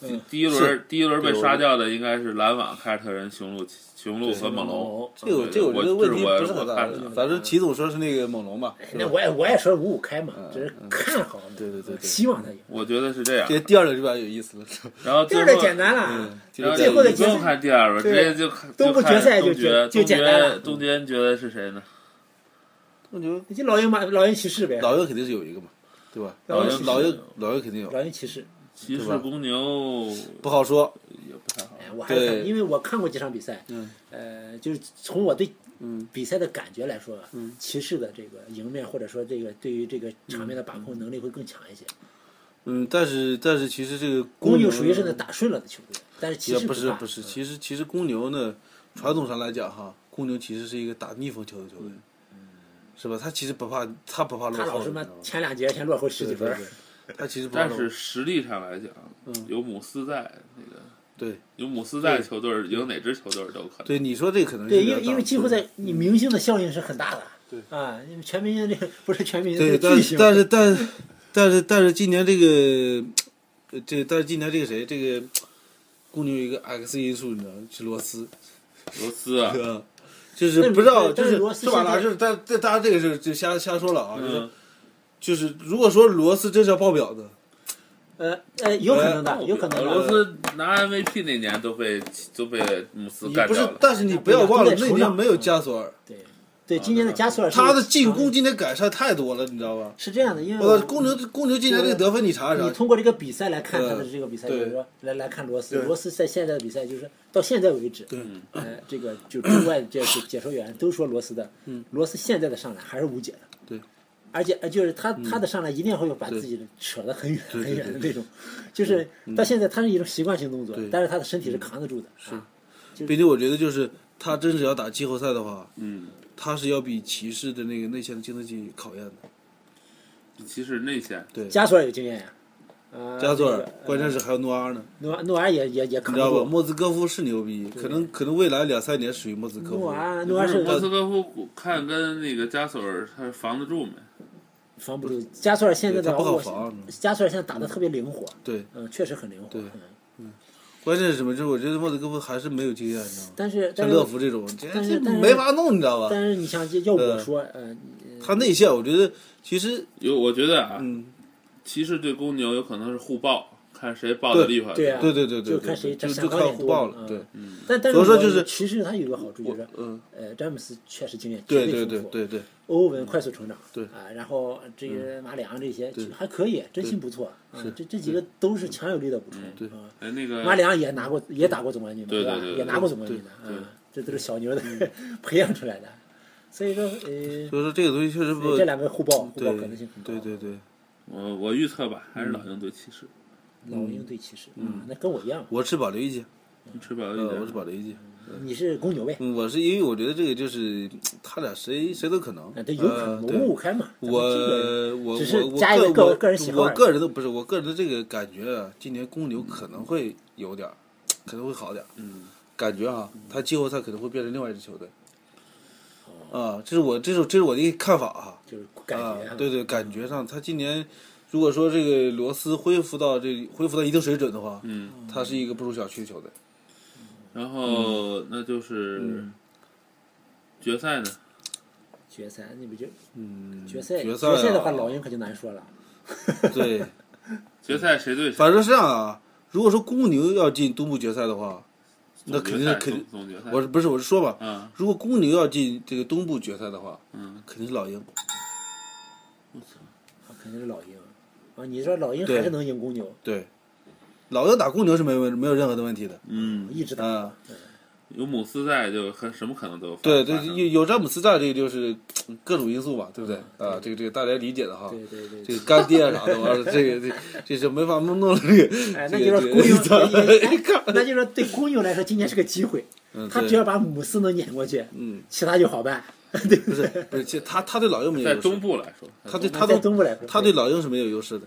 Speaker 3: 第第一轮第一轮被刷掉的应该是篮网、凯尔特人、雄鹿、雄鹿和猛龙。
Speaker 4: 这个这个
Speaker 3: 我
Speaker 4: 我觉得问题
Speaker 3: 我
Speaker 4: 不是很
Speaker 3: 我
Speaker 4: 大
Speaker 3: 看嗯的。，
Speaker 4: 反正祁总说是那个猛龙嘛，是
Speaker 5: 那
Speaker 4: 吧嗯
Speaker 5: 我也我也说五五开嘛，只是看好，
Speaker 4: 对对对对
Speaker 5: 希望他赢。
Speaker 3: 我觉得是这样。
Speaker 4: 这第二轮就比较有意思了，是吧
Speaker 3: 然后
Speaker 5: 第
Speaker 3: 最
Speaker 5: 二个
Speaker 3: 后
Speaker 5: 简单
Speaker 4: 嗯
Speaker 5: 了，
Speaker 3: 然后
Speaker 5: 最后的
Speaker 3: 你不用
Speaker 5: 决
Speaker 3: 看第二轮，直
Speaker 5: 对
Speaker 3: 接就看
Speaker 5: 东部
Speaker 3: 就看
Speaker 5: 决赛就
Speaker 3: 东决
Speaker 5: 决就简单
Speaker 3: 东
Speaker 5: 了
Speaker 3: 决东决你觉得是谁呢？
Speaker 4: 我觉得
Speaker 5: 就老鹰马老鹰骑士呗，
Speaker 4: 老鹰肯定是有一个嘛，对吧？
Speaker 5: 老鹰
Speaker 4: 鹰老鹰老鹰肯定有，
Speaker 5: 老鹰骑士。
Speaker 3: 骑士
Speaker 4: 对吧
Speaker 3: 公牛
Speaker 4: 不好说。
Speaker 3: 也不太好。
Speaker 5: 哎我还是
Speaker 4: 对
Speaker 5: 看，因为我看过几场比赛，
Speaker 4: 嗯
Speaker 5: 呃，就是从我对
Speaker 4: 嗯
Speaker 5: 比赛的感觉来说，啊骑士的这个赢面或者说这个对于这个场面的把控能力会更强一些。
Speaker 4: 嗯，但是但是其实这个
Speaker 5: 公
Speaker 4: 牛
Speaker 5: 牛属于是呢打顺了的球队，但是骑
Speaker 4: 嗯也
Speaker 5: 士
Speaker 4: 不是
Speaker 5: 怕
Speaker 4: 不是，其实其实公牛呢，传统上来讲哈，公牛其实是一个打逆风球的球队，是吧？他其实不怕，他不怕落
Speaker 5: 嗯他老
Speaker 4: 后，
Speaker 5: 是
Speaker 4: 你知道
Speaker 5: 嘛
Speaker 4: 吗
Speaker 5: 前两节先落后十几分
Speaker 4: 对
Speaker 5: 儿
Speaker 4: 对，对他其实不怕
Speaker 3: 但
Speaker 4: 落后。
Speaker 3: 是实力上来讲，有姆斯在那个。
Speaker 4: 嗯对
Speaker 3: 有姆斯在球队儿，赢哪支球队儿都可能。
Speaker 4: 对，你说这个可能
Speaker 5: 对，
Speaker 4: 是比
Speaker 5: 因
Speaker 4: 较
Speaker 5: 为
Speaker 4: 大
Speaker 5: 因为几乎在你明星的效应是很大的，
Speaker 4: 对
Speaker 5: 啊，因为全明星这个不是全明星
Speaker 4: 对，
Speaker 5: 是
Speaker 4: 但
Speaker 5: 巨
Speaker 4: 是
Speaker 5: 星，
Speaker 4: 但是但是但是但是今年这个，呃这但是今年这个谁这个。公牛有一个 X 因素，你知道吗，是罗斯，
Speaker 3: 罗斯 啊，
Speaker 4: 对吧？就是
Speaker 5: 但是
Speaker 4: 不知道，就
Speaker 5: 但是
Speaker 4: 是
Speaker 5: 罗斯
Speaker 4: 是吧？
Speaker 5: 现在
Speaker 4: 就是但这大家这个是就瞎瞎说了啊，就是
Speaker 3: 嗯，
Speaker 4: 就是如果说罗斯真是要爆表的，
Speaker 5: 呃呃，有可能的，有可能的。
Speaker 3: 罗斯拿 MVP 那年都被都被姆斯
Speaker 4: 你
Speaker 3: 干
Speaker 4: 不
Speaker 3: 掉
Speaker 4: 是
Speaker 3: 了，。
Speaker 4: 但是你不要忘了，
Speaker 5: 啊都
Speaker 4: 那
Speaker 5: 在嗯球
Speaker 4: 年
Speaker 5: 上
Speaker 4: 没有加索尔，
Speaker 5: 对对，今年的加索尔是
Speaker 4: 他的进攻今天改善太多了，你知道吧？
Speaker 5: 是这样的，因为
Speaker 4: 我
Speaker 5: 我
Speaker 4: 操，公牛公牛今年这个得分你查查
Speaker 5: 你，通过这个比赛来看他的
Speaker 4: 嗯
Speaker 5: 这个比赛，就
Speaker 4: 对
Speaker 5: 是说来来看罗斯，
Speaker 4: 对
Speaker 5: 罗斯在现在的比赛就是到现在为止，
Speaker 4: 对
Speaker 5: 呃，这个就中外这解解说员都说罗斯的，罗斯现在的上篮还是无解的，
Speaker 4: 嗯对，嗯
Speaker 5: 而且呃就是他他的上来一定会把自己扯得很远
Speaker 4: 对
Speaker 5: 很
Speaker 4: 对
Speaker 5: 远的
Speaker 4: 对嗯
Speaker 5: 那种，就是到现在他是一种习惯性动作
Speaker 4: 对，嗯
Speaker 5: 但是他的身体是扛得住的，啊是
Speaker 4: 并且我觉得就是他真是要打季后赛的话，
Speaker 3: 嗯，
Speaker 4: 他是要比骑士的那个内线的经得起考验的。
Speaker 5: 啊
Speaker 3: 骑士内线，
Speaker 4: 对，
Speaker 5: 加索尔有经验呀，呃
Speaker 4: 加索尔
Speaker 5: 那个，
Speaker 4: 关键是还有诺阿呢，
Speaker 5: 诺阿诺尔也也也
Speaker 4: 你
Speaker 5: 扛
Speaker 4: 知
Speaker 5: 得
Speaker 4: 道吧？
Speaker 5: 住，
Speaker 4: 莫兹科夫是牛逼，可能可能未来两三年属于莫兹科
Speaker 5: 诺
Speaker 4: 夫。
Speaker 5: 尔诺尔
Speaker 3: 不是
Speaker 5: 是
Speaker 3: 莫斯科夫看跟那个加索尔，他防得住没？
Speaker 5: 防不住，加索尔现
Speaker 4: 对
Speaker 5: 在的
Speaker 4: 他不好
Speaker 5: 我
Speaker 4: 防
Speaker 5: 加索尔现在打得特别灵活，
Speaker 4: 对，
Speaker 5: 嗯，确实很灵活，
Speaker 4: 对
Speaker 5: 嗯
Speaker 4: 关键是什么？就是我觉得莫兹科夫还是没有经验，你知道吗？
Speaker 5: 但是
Speaker 4: 像
Speaker 5: 但是
Speaker 4: 乐福这种，这
Speaker 5: 但是
Speaker 4: 这
Speaker 5: 但是
Speaker 4: 没法弄，你知道吧？
Speaker 5: 但是你像这要我
Speaker 4: 呃
Speaker 5: 说，呃，
Speaker 4: 他内线，我觉得其实，
Speaker 3: 有，我觉得啊，
Speaker 4: 嗯，
Speaker 3: 骑士对公牛有可能是互爆，看谁爆的厉害。
Speaker 5: 对啊
Speaker 4: 对对对对，
Speaker 5: 就看谁
Speaker 4: 对就
Speaker 5: 闪
Speaker 4: 就
Speaker 5: 光
Speaker 4: 看
Speaker 5: 点
Speaker 4: 互
Speaker 5: 多
Speaker 4: 爆
Speaker 5: 嘛
Speaker 4: 了，对
Speaker 5: 嗯，但但是
Speaker 4: 所以说
Speaker 5: 我
Speaker 4: 就是
Speaker 5: 骑士他有一个好处就是，
Speaker 4: 嗯，
Speaker 5: 呃，詹姆斯确实经验
Speaker 4: 对
Speaker 5: 绝
Speaker 4: 对
Speaker 5: 丰
Speaker 4: 对
Speaker 5: 富，
Speaker 4: 对对，
Speaker 5: 欧文快速成长，
Speaker 4: 对嗯
Speaker 5: 啊，然后这个马里昂这些还可以，真心不错，啊，这这几个都是强有力的补充，
Speaker 4: 嗯对
Speaker 5: 啊，
Speaker 3: 哎，那个
Speaker 5: 马里昂也拿过也打过总冠军嘛，
Speaker 3: 对
Speaker 5: 吧
Speaker 3: 对对？对
Speaker 5: 也拿过总冠军的，啊，这都是小牛的
Speaker 4: 嗯
Speaker 5: 培养出来的，所以说，呃，
Speaker 4: 所以说这个东西确实不
Speaker 5: 这两个互爆，互爆可能
Speaker 4: 对
Speaker 5: 性很高，
Speaker 4: 对对对，
Speaker 3: 我我预测吧，还是老鹰对骑士，
Speaker 5: 老鹰
Speaker 4: 嗯
Speaker 5: 对骑士，啊，那跟我一样，
Speaker 4: 我持保留意见，
Speaker 3: 你吃饱了
Speaker 5: 嗯
Speaker 3: 一
Speaker 4: 呃，我
Speaker 3: 点
Speaker 4: 持。保留意见，
Speaker 5: 你是公牛呗？
Speaker 4: 嗯我是因为我觉得这个就是他俩谁谁都可能
Speaker 5: 啊，，对，有可能
Speaker 4: 呃
Speaker 5: 我
Speaker 4: 对
Speaker 5: 五五开嘛。咱们这个
Speaker 4: 我我
Speaker 5: 只是
Speaker 4: 我我
Speaker 5: 加一
Speaker 4: 个
Speaker 5: 个个
Speaker 4: 我
Speaker 5: 个人喜好
Speaker 4: 我
Speaker 5: 而已
Speaker 4: 个人的不是我个人的这个感觉啊，今年公牛可能会有点儿，可能会好点儿，
Speaker 3: 嗯，
Speaker 4: 感觉啊，他季后赛可能会变成另外一支球队。啊，这是我这是这是我的一个看法啊，
Speaker 5: 就是感觉、
Speaker 4: 啊，对，对，感觉上他今年如果说这个罗斯恢复到这恢复到一定水准的话，
Speaker 3: 嗯，
Speaker 4: 他是一个不入小区的球队。
Speaker 3: 然后
Speaker 4: 嗯
Speaker 3: 那就是决赛呢，
Speaker 5: 决赛你不就
Speaker 4: 嗯，
Speaker 5: 决赛
Speaker 4: 决
Speaker 5: 赛
Speaker 4: 啊
Speaker 5: 的话，老鹰可就难说了。啊
Speaker 4: 对，
Speaker 3: 决赛谁对谁？
Speaker 4: 反正是这样啊。如果说公牛要进东部决赛的话，那肯定是肯定，
Speaker 3: 总决赛。
Speaker 4: 我是不是我是说吧，
Speaker 3: 啊，
Speaker 4: 如果公牛要进这个东部决赛的话，
Speaker 3: 嗯，
Speaker 4: 肯定是老鹰。
Speaker 5: 啊肯定是老鹰啊！你说老鹰
Speaker 4: 对
Speaker 5: 还是能赢公牛，
Speaker 4: 对，老鹰打公牛是没问没有任何的问题的。
Speaker 3: 嗯，
Speaker 5: 一直打。
Speaker 4: 啊，
Speaker 3: 有姆斯在就很什么可能都有发
Speaker 4: 对对，
Speaker 3: 发生
Speaker 4: 有有詹姆斯在，这个就是嗯各种因素吧，对不对？啊，这个这个大家理解的哈。
Speaker 5: 对对对，
Speaker 4: 这个干爹啥的，完了这个这 这是没法弄弄了这个。
Speaker 5: 哎，
Speaker 4: 这
Speaker 5: 那
Speaker 4: 个
Speaker 5: 就说
Speaker 4: 这个
Speaker 5: 公牛，
Speaker 4: 咱们
Speaker 5: 哎 那就说对公牛来说，今年是个机会。
Speaker 4: 嗯
Speaker 5: 他
Speaker 4: 对
Speaker 5: 只要把姆斯能撵过去，
Speaker 4: 嗯，
Speaker 5: 其他就好办， 对不
Speaker 4: 不是
Speaker 5: 对？
Speaker 4: 不是，其实他他对老鹰没有
Speaker 3: 在
Speaker 4: 优势
Speaker 3: 东，部来说，
Speaker 4: 他对
Speaker 5: 他
Speaker 4: 他
Speaker 5: 在
Speaker 4: 对
Speaker 5: 东部来说，
Speaker 4: 他对老鹰是没有优势的，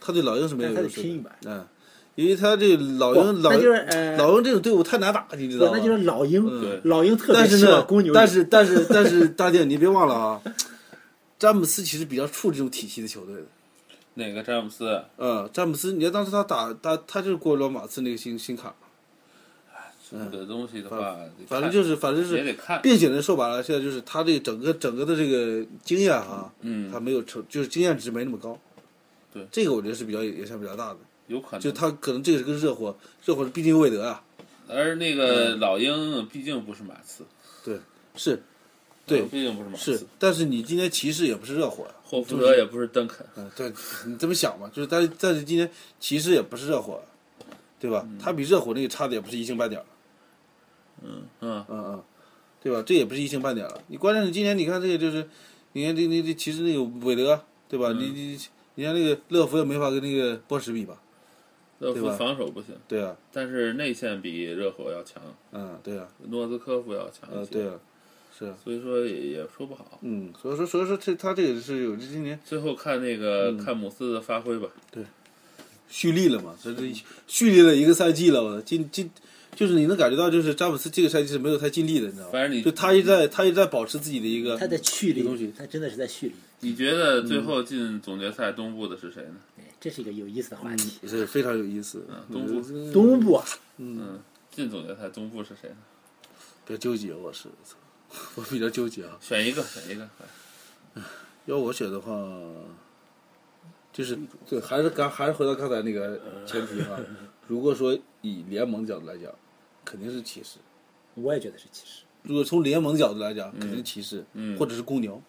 Speaker 4: 他对老鹰是没有
Speaker 5: 但他
Speaker 4: 优
Speaker 5: 得
Speaker 4: 势
Speaker 5: 拼一
Speaker 4: 的
Speaker 5: 把。
Speaker 4: 嗯，因为他这老鹰
Speaker 5: 不
Speaker 4: 老
Speaker 5: 那
Speaker 4: 鹰
Speaker 5: 就是呃
Speaker 4: 老鹰这种队伍太难打，你知道吗？
Speaker 5: 那就是老鹰，
Speaker 4: 嗯
Speaker 5: 老鹰特别
Speaker 4: 但是
Speaker 5: 喜
Speaker 4: 呢
Speaker 5: 欢公牛，
Speaker 4: 但是但是但是，大帝你别忘了啊，詹姆斯其实比较怵这种体系的球队的。
Speaker 3: 哪个詹姆斯？
Speaker 4: 嗯，詹姆斯，你看当时他打他他就是过罗马刺那个新新卡，
Speaker 3: 这个东西的话，得看
Speaker 4: 嗯反正就是反正
Speaker 3: 也得
Speaker 4: 是，
Speaker 3: 看。
Speaker 4: 并且呢，说白了，现在就是他这个整个整个的这个经验哈，
Speaker 3: 嗯
Speaker 4: 他没有成，就是经验值没那么高。
Speaker 3: 对嗯
Speaker 4: 这个我觉得是比较影响比较大的，
Speaker 3: 有可能。
Speaker 4: 就他可能这个是个热火，热火是毕竟韦德啊，
Speaker 3: 而那
Speaker 4: 嗯
Speaker 3: 个老鹰毕竟不是马刺，嗯
Speaker 4: 对，是，对
Speaker 3: 毕竟不是马
Speaker 4: 是
Speaker 3: 刺，，
Speaker 4: 但是你今天骑士也不是热火啊，
Speaker 3: 霍福德也不是邓肯，
Speaker 4: 嗯，对，你这么想嘛，就是但是但是今天骑士也不是热火，啊对吧？他比热火那个差的也不是一星半点儿，
Speaker 3: 嗯，
Speaker 4: 嗯嗯，对吧？这也不是一星半点儿了。你关键是今年你看这个就是，你看这那这骑士那个韦德，对吧？你你你看那个乐福也没法跟那个波什比吧？
Speaker 3: 乐
Speaker 4: 对
Speaker 3: 福
Speaker 4: 吧
Speaker 3: 防守不行，
Speaker 4: 对啊，
Speaker 3: 但是内线比热火要强，
Speaker 4: 嗯，对啊，
Speaker 3: 诺兹科夫要强一
Speaker 4: 呃，
Speaker 3: 些
Speaker 4: 对啊，是啊，
Speaker 3: 所以说也也说不好。
Speaker 4: 嗯，所以说所以说这他这个是有这今年
Speaker 3: 最后看那
Speaker 5: 嗯
Speaker 3: 个看姆斯的发挥吧，
Speaker 4: 蓄力了嘛，这这蓄力了一个赛季了，我今今就是你能感觉到，就是詹姆斯这个赛季是没有太尽力的，你知道吗？
Speaker 3: 反正你
Speaker 4: 就他一直在他一直在保持自己的一个
Speaker 5: 他在蓄
Speaker 4: 这个东西
Speaker 5: 力，他真的是在蓄力，
Speaker 3: 你觉得最
Speaker 5: 嗯
Speaker 3: 后进总决赛东部的是谁呢？
Speaker 5: 哎这是一个有意思的话题。
Speaker 4: 也是非常有意思。
Speaker 3: 东部
Speaker 4: 我觉得
Speaker 5: 东部啊，
Speaker 3: 嗯，进总决赛东部是谁呢？
Speaker 4: 比较纠结，我是我操我比较纠结啊。
Speaker 3: 选一个，选一个。
Speaker 5: 哎
Speaker 4: 要我选的话，就是对，还是刚还是回到刚才那个
Speaker 5: 呃
Speaker 4: 前提啊。 如果说以联盟角度来讲，肯定是骑士；
Speaker 5: 我也觉得是骑士，
Speaker 4: 如果从联盟角度来讲，肯定是骑士，
Speaker 3: 嗯
Speaker 4: 或者是公牛，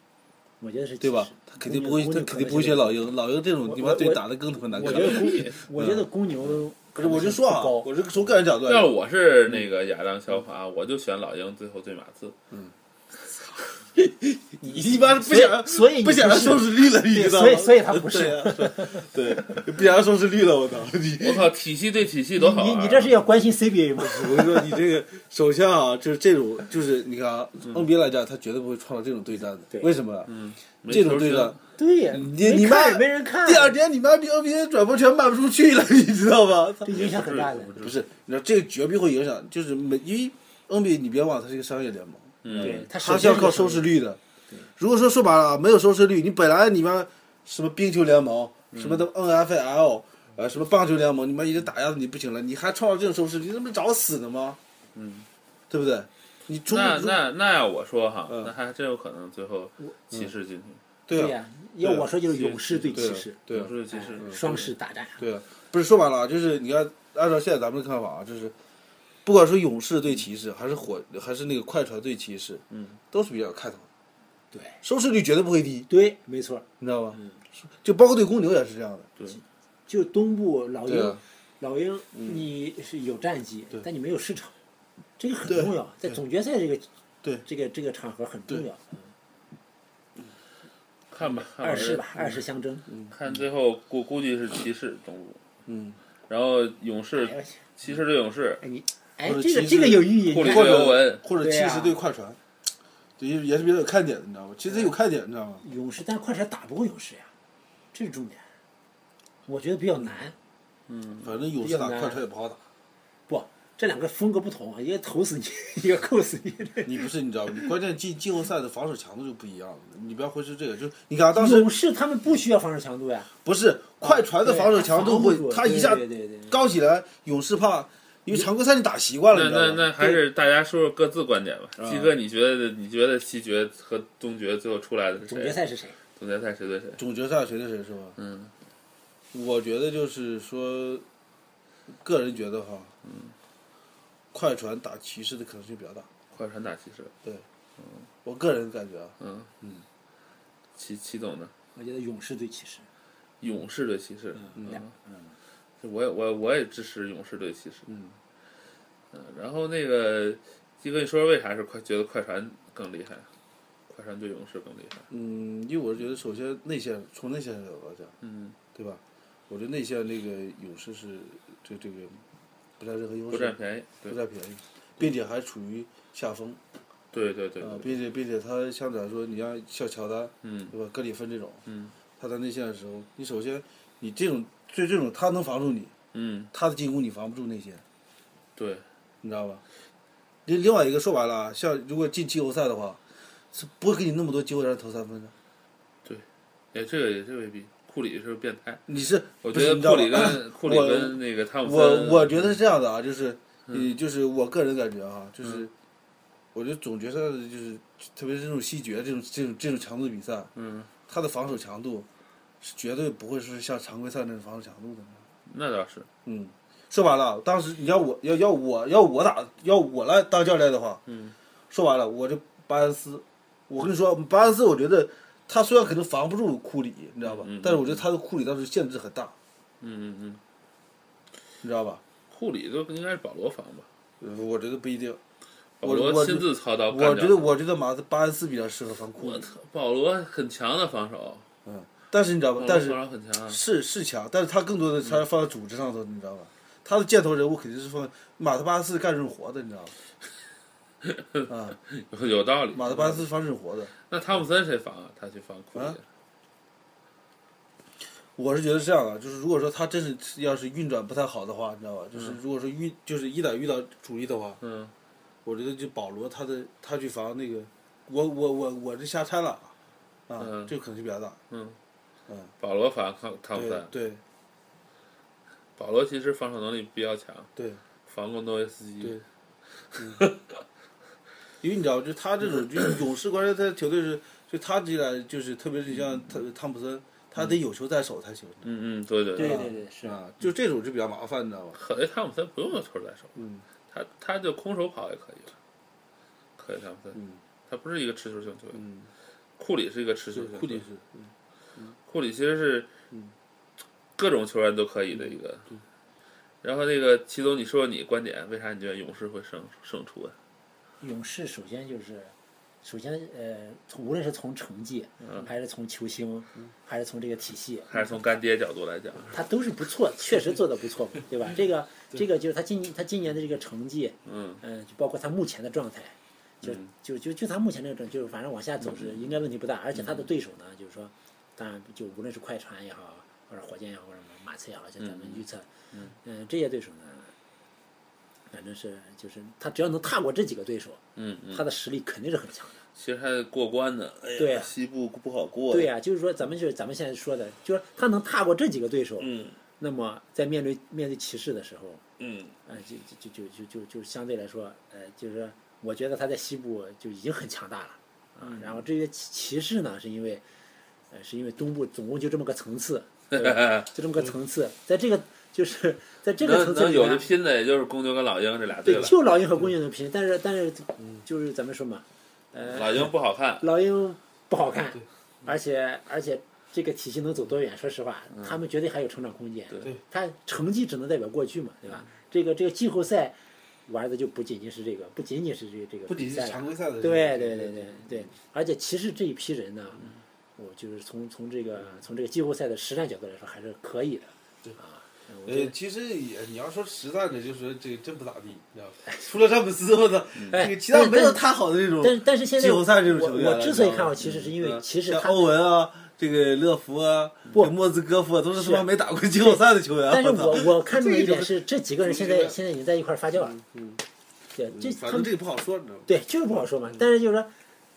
Speaker 5: 我觉得是骑士
Speaker 4: 对吧？他肯定不会，
Speaker 5: 公
Speaker 4: 他
Speaker 5: 牛
Speaker 4: 肯定不会选老鹰。老鹰这种
Speaker 5: 我
Speaker 4: 你妈队
Speaker 5: 我
Speaker 4: 打的更他妈难
Speaker 5: 我
Speaker 4: 看
Speaker 5: 觉。得公，我觉得公牛
Speaker 4: 不是，我就说啊，
Speaker 5: 高
Speaker 4: 我是从个人角度来
Speaker 3: 要是
Speaker 4: 讲，
Speaker 3: 我是那个亚当肖华，
Speaker 5: 嗯
Speaker 3: 我就选老鹰，最后对马刺。
Speaker 4: 你一般不
Speaker 5: 所以
Speaker 4: 想
Speaker 5: 所以你
Speaker 4: 不想要
Speaker 5: 不是
Speaker 4: 收视率了，你
Speaker 5: 对
Speaker 4: 知道吗？
Speaker 5: 所以所以他不是
Speaker 4: 对啊对，不想要收视率了，我操你！
Speaker 3: 我靠，体系对体系多好啊！
Speaker 5: 嗯你你这是要关心 CBA 吗？
Speaker 4: 我跟你说，你这个首先啊，就是这种，就是你看啊，NBA 来讲，他绝对不会创造这种对战的
Speaker 5: 对。
Speaker 4: 为什么？嗯，
Speaker 3: 没
Speaker 4: 这
Speaker 3: 球
Speaker 4: 种对
Speaker 3: 星
Speaker 4: 战，
Speaker 5: 对呀，
Speaker 4: 你你
Speaker 5: 没看
Speaker 4: 卖
Speaker 5: 没人看，
Speaker 4: 第二天你妈 NBA 转播权卖不出去了， 你知道吗？操
Speaker 5: 这影响很大的。
Speaker 4: 不是，你知道这个绝壁会影响，就是每因为 NBA 你别忘，了，它是一个商业联盟，
Speaker 3: 嗯
Speaker 5: 对，他
Speaker 4: 它
Speaker 5: 首
Speaker 4: 是
Speaker 5: 先
Speaker 4: 要靠收视率的。如果说说白了啊，没有收视率，你本来你妈什么冰球联盟，什么的 NFL，呃，什么棒球联盟，你妈已经打压的你不行了，你还创造这种收视率，那不是找死呢吗？嗯，对不对？你除
Speaker 3: 那
Speaker 4: 如
Speaker 3: 那那要我说哈，
Speaker 4: 嗯
Speaker 3: 那还真有可能最后
Speaker 5: 嗯
Speaker 3: 骑士进去，
Speaker 4: 对
Speaker 5: 对
Speaker 4: 啊
Speaker 5: 呀，要
Speaker 4: 对啊
Speaker 5: 我说就是勇士对嗯
Speaker 4: 对
Speaker 5: 骑
Speaker 4: 啊
Speaker 5: 士，哎
Speaker 4: 对啊
Speaker 3: 勇士对骑士，
Speaker 5: 双十大战。
Speaker 4: 对啊，不是说白了啊，就是你看，按照现在咱们的看法啊，就是不管说勇士对骑士，还是火，还是那个快船对骑士，嗯，都是比较有看头的，
Speaker 5: 对
Speaker 4: 收视率绝对嗯不会低，
Speaker 5: 对，没错，
Speaker 4: 你知道吗？就包括对公牛也是这样的，
Speaker 5: 就东部老
Speaker 4: 对
Speaker 5: 鹰
Speaker 4: 啊，嗯
Speaker 5: 老鹰你是有战绩，但你没有市场，这个很
Speaker 4: 对
Speaker 5: 重要，在总决赛这个
Speaker 4: 对
Speaker 5: 这个这个场合很重要。
Speaker 3: 看吧，看
Speaker 5: 二十
Speaker 3: 是
Speaker 5: 吧，二十相争，
Speaker 3: 看最后估估计是骑士东部，
Speaker 4: 嗯，
Speaker 3: 然后勇士
Speaker 5: 哎我去
Speaker 3: 骑士对勇士，
Speaker 5: 哎你哎
Speaker 4: 或者
Speaker 5: 这个
Speaker 4: 骑
Speaker 5: 这个
Speaker 4: 士
Speaker 5: 有寓意，
Speaker 3: 库里
Speaker 5: 你
Speaker 3: 对
Speaker 5: 看
Speaker 3: 尤文，
Speaker 4: 或者
Speaker 5: 对
Speaker 4: 骑
Speaker 5: 啊
Speaker 4: 士对快船，对也也是比较有看点的，你知道吗？其实有看点，你知道吗？
Speaker 5: 勇士，但是快船打不过勇士呀，这是重点，我觉得比较难。
Speaker 4: 反正勇士打
Speaker 5: 嗯比较难
Speaker 4: 快船也不好打，
Speaker 5: 不，这两个风格不同啊，一个投死你， 一个扣死你。
Speaker 4: 你不是你知道吗？你关键季季后赛的防守强度就不一样了，你不要忽视这个，就是你看啊，当时
Speaker 5: 勇士他们不需要防守强度呀，
Speaker 4: 不是快船的防守强度会
Speaker 5: 对，
Speaker 4: 他一下
Speaker 5: 对对对对
Speaker 4: 高起来，勇士怕，因为常规赛你打习惯了，
Speaker 3: 那
Speaker 4: 你
Speaker 3: 那
Speaker 4: 知道
Speaker 3: 那
Speaker 4: 吗？啊
Speaker 3: 还是大家说说各自观点吧。鸡哥，你觉得你觉得西决和东决最后出来的是谁？
Speaker 5: 总决赛是谁？
Speaker 3: 总决赛谁对谁？
Speaker 4: 总决赛谁对谁是吧？
Speaker 3: 嗯，
Speaker 4: 我觉得就是说，个人觉得哈，嗯，快船打骑士的可能性比较大，
Speaker 3: 快船打骑士，
Speaker 4: 我个人感觉啊，
Speaker 3: 嗯嗯，齐齐总呢？
Speaker 5: 我觉得勇士对骑士，
Speaker 3: 勇士对骑士，
Speaker 5: 两
Speaker 3: 嗯，我也我我也支持勇士对骑士，嗯，然后那个鸡哥，你说说为啥是快觉得快船更厉害？快船对勇士更厉害？
Speaker 4: 嗯，因为我是觉得首先内线从内线角度来讲，
Speaker 3: 嗯，
Speaker 4: 对吧？我觉得内线那个勇士是这这个不占任何优
Speaker 3: 不占
Speaker 4: 势，
Speaker 3: 便宜，
Speaker 4: 不
Speaker 3: 对
Speaker 4: 占便宜，并且还处于下风。
Speaker 3: 对对对
Speaker 4: 啊，
Speaker 3: 对，
Speaker 4: 并且并且他相对来说，你像像乔丹，
Speaker 3: 嗯
Speaker 4: 对吧？格里芬这种，
Speaker 3: 嗯，
Speaker 4: 他在内线的时候，你首先你这种对这种他能防住你，
Speaker 3: 嗯，
Speaker 4: 他的进攻你防不住那些，
Speaker 3: 对，
Speaker 4: 你知道吧？另另外一个说白了啊，像如果进季后赛的话，是不会给你那么多机会让他投三分的。
Speaker 3: 也这个也是未必。库里是个变态，
Speaker 4: 你是
Speaker 3: 我
Speaker 4: 不
Speaker 3: 觉得
Speaker 4: 是你知道
Speaker 3: 库里
Speaker 4: 吧
Speaker 3: 跟库里
Speaker 4: 我
Speaker 3: 跟那个汤普
Speaker 4: 我
Speaker 3: 森，
Speaker 4: 我觉得是这样的啊，就是，呃，就是我个人感觉哈、就是，我觉得总决赛的就是，特别是这种西决这种这种这种强度比赛，
Speaker 3: 嗯，
Speaker 4: 他的防守强度是绝对不会是像常规赛那种防守强度的。
Speaker 3: 那倒是，
Speaker 4: 嗯，说白了，当时你要我要要我要我打要我来当教练的话，
Speaker 3: 嗯，
Speaker 4: 说白了，我这巴恩斯，我跟你说，巴恩斯，我觉得他虽然可能防不住库里，你知道吧？
Speaker 3: 嗯嗯
Speaker 4: 但是我觉得他的库里当时限制很大，
Speaker 3: 嗯嗯嗯，
Speaker 4: 你知道吧？
Speaker 3: 库里都应该是保罗防吧，
Speaker 4: 呃我觉得不一定。
Speaker 3: 保
Speaker 4: 我
Speaker 3: 罗
Speaker 4: 我
Speaker 3: 亲自操刀干掉
Speaker 4: 我
Speaker 3: 的，
Speaker 4: 觉得，我觉得马巴恩斯比较适合防库
Speaker 3: 我
Speaker 4: 里，
Speaker 3: 特保罗很强的防守，
Speaker 4: 但是你知道
Speaker 3: 保
Speaker 4: 吧？
Speaker 3: 罗
Speaker 4: 但
Speaker 3: 防
Speaker 4: 是
Speaker 3: 守很强啊，
Speaker 4: 是是强，但是他更
Speaker 3: 嗯
Speaker 4: 多的他放在组织上头，你知道吧？他的箭头人物肯定是放马特巴恩斯干任活的，你知道吧？ 啊，
Speaker 3: 有有道理。
Speaker 4: 马特巴恩斯防任活的，
Speaker 3: 那汤普森谁防啊？他去防库里
Speaker 4: 啊，我是觉得是这样的，就是如果说他真是要是运转不太好的话，你知道吧？就是如果说运就是一打遇到主力的话，
Speaker 3: 嗯，
Speaker 4: 我觉得就保罗他的他去防那个，我我我我这瞎猜了啊，啊，
Speaker 3: 嗯
Speaker 4: 这个可能性比较大，
Speaker 3: 保罗防汤汤普
Speaker 4: 对
Speaker 3: 森，
Speaker 4: 对
Speaker 3: 保罗其实防守能力比较强，
Speaker 4: 对。
Speaker 3: 防贡多维斯基，
Speaker 4: 对因为你知道，就他这 种，就是勇士关键他球队是，就他这俩就是，特别是像汤汤普森，他得有球在手才行，
Speaker 3: 嗯嗯，对对
Speaker 5: 对
Speaker 3: 对，
Speaker 5: 对对，是
Speaker 4: 啊，就这种就比较麻烦，你知道吧？
Speaker 3: 可惜汤普森不用有球在手，
Speaker 4: 嗯，
Speaker 3: 他他就空手跑也可以了，可惜汤普森，
Speaker 4: 嗯
Speaker 3: 他不是一个持球型球员，
Speaker 4: 嗯，
Speaker 3: 库里是一个持球
Speaker 4: 就
Speaker 3: 型球员，
Speaker 4: 库里是，
Speaker 3: 库里其实是各种球员都可以的一个。然后那个齐总，你说说你观点，为啥你觉得勇士会胜胜出啊？
Speaker 5: 勇士首先就是，首先呃，从无论是从成绩，还是从球星，嗯还是从这个体系，
Speaker 3: 还是从干爹角度来讲，
Speaker 5: 他都是不 错，确实做的不错嘛，嗯对吧？这个这个就是他今年他今年的这个成绩，
Speaker 3: 嗯
Speaker 5: 嗯、就包括他目前的状态，就就就就他目前这个状，就是反正往下走是应该问题不大，而且他的对手呢，就是说，当然就无论是快船也好，或者火箭也好，或者马刺也好，像咱们预测，嗯、这些对手呢，反正是就是他只要能踏过这几个对手，
Speaker 3: 嗯嗯，
Speaker 5: 他的实力肯定是很强的。
Speaker 3: 其实还得过关呢。哎呀
Speaker 5: 对啊
Speaker 3: 西部不好过。
Speaker 5: 对呀、啊就是说咱们就是咱们现在说的，就是他能踏过这几个对手，
Speaker 3: 嗯
Speaker 5: 那么在面对面对骑士的时候，
Speaker 3: 嗯，
Speaker 5: 呃，就就就就就就相对来说，呃，就是说我觉得他在西部就已经很强大了啊。
Speaker 3: 嗯
Speaker 5: 然后这些骑骑士呢，是因为，呃，是因为东部总共就这么个层次， 对吧就这么个层次，在这个就是在这个
Speaker 3: 能
Speaker 5: 层次
Speaker 3: 能
Speaker 5: 里
Speaker 3: 有的
Speaker 5: 面，
Speaker 3: 拼的也就是公牛跟老鹰这俩队
Speaker 5: 对，
Speaker 3: 了。嗯
Speaker 5: 就老鹰和公牛能拼，但是但是就是咱们说嘛，
Speaker 3: 老鹰不好看，
Speaker 5: 老鹰不好看，而且而且这个体系能走多远？说实话，他们绝对还有成长空间。
Speaker 3: 对，
Speaker 5: 他成绩只能代表过去嘛，对
Speaker 4: 嗯
Speaker 5: 吧？这个这个季后赛玩的就不仅仅是这个，不仅仅是这个这个
Speaker 4: 不仅
Speaker 5: 比
Speaker 4: 是
Speaker 5: 赛了
Speaker 4: 常规赛的，
Speaker 5: 对对对对对，而且骑士这一批人呢，
Speaker 4: 嗯
Speaker 5: 我就是从从这个从这个季后赛的实战角度来说，还是可以的。啊，我觉
Speaker 4: 呃，
Speaker 5: 得
Speaker 4: 其实也你要说实在的，就是这个真不咋地，你知道吧？除了詹姆斯，我操，
Speaker 5: 哎
Speaker 4: 这个其他没有
Speaker 5: 但
Speaker 4: 他好的这种
Speaker 5: 但但是现在
Speaker 4: 季后赛这种
Speaker 5: 我
Speaker 4: 球员了。
Speaker 5: 我之所以
Speaker 4: 你知道
Speaker 5: 看
Speaker 4: 吧
Speaker 5: 好骑士，是因为
Speaker 4: 嗯
Speaker 5: 骑士
Speaker 4: 像
Speaker 5: 他
Speaker 4: 欧文啊，这个乐福啊，
Speaker 5: 不
Speaker 4: 这莫兹戈夫啊，都是他妈
Speaker 5: 是
Speaker 4: 没打过季后赛的 球员。啊
Speaker 5: 但是
Speaker 4: 操
Speaker 5: 我我看中的一
Speaker 4: 这个
Speaker 5: 点，
Speaker 4: 就是嗯
Speaker 5: 这几个人现
Speaker 4: 这
Speaker 5: 在
Speaker 4: 个
Speaker 5: 现在已经在一块儿发酵了。对，这
Speaker 4: 嗯反正
Speaker 5: 他们
Speaker 4: 这嗯个不好说，你知道吗？
Speaker 5: 对就是不好说嘛。但是就是说，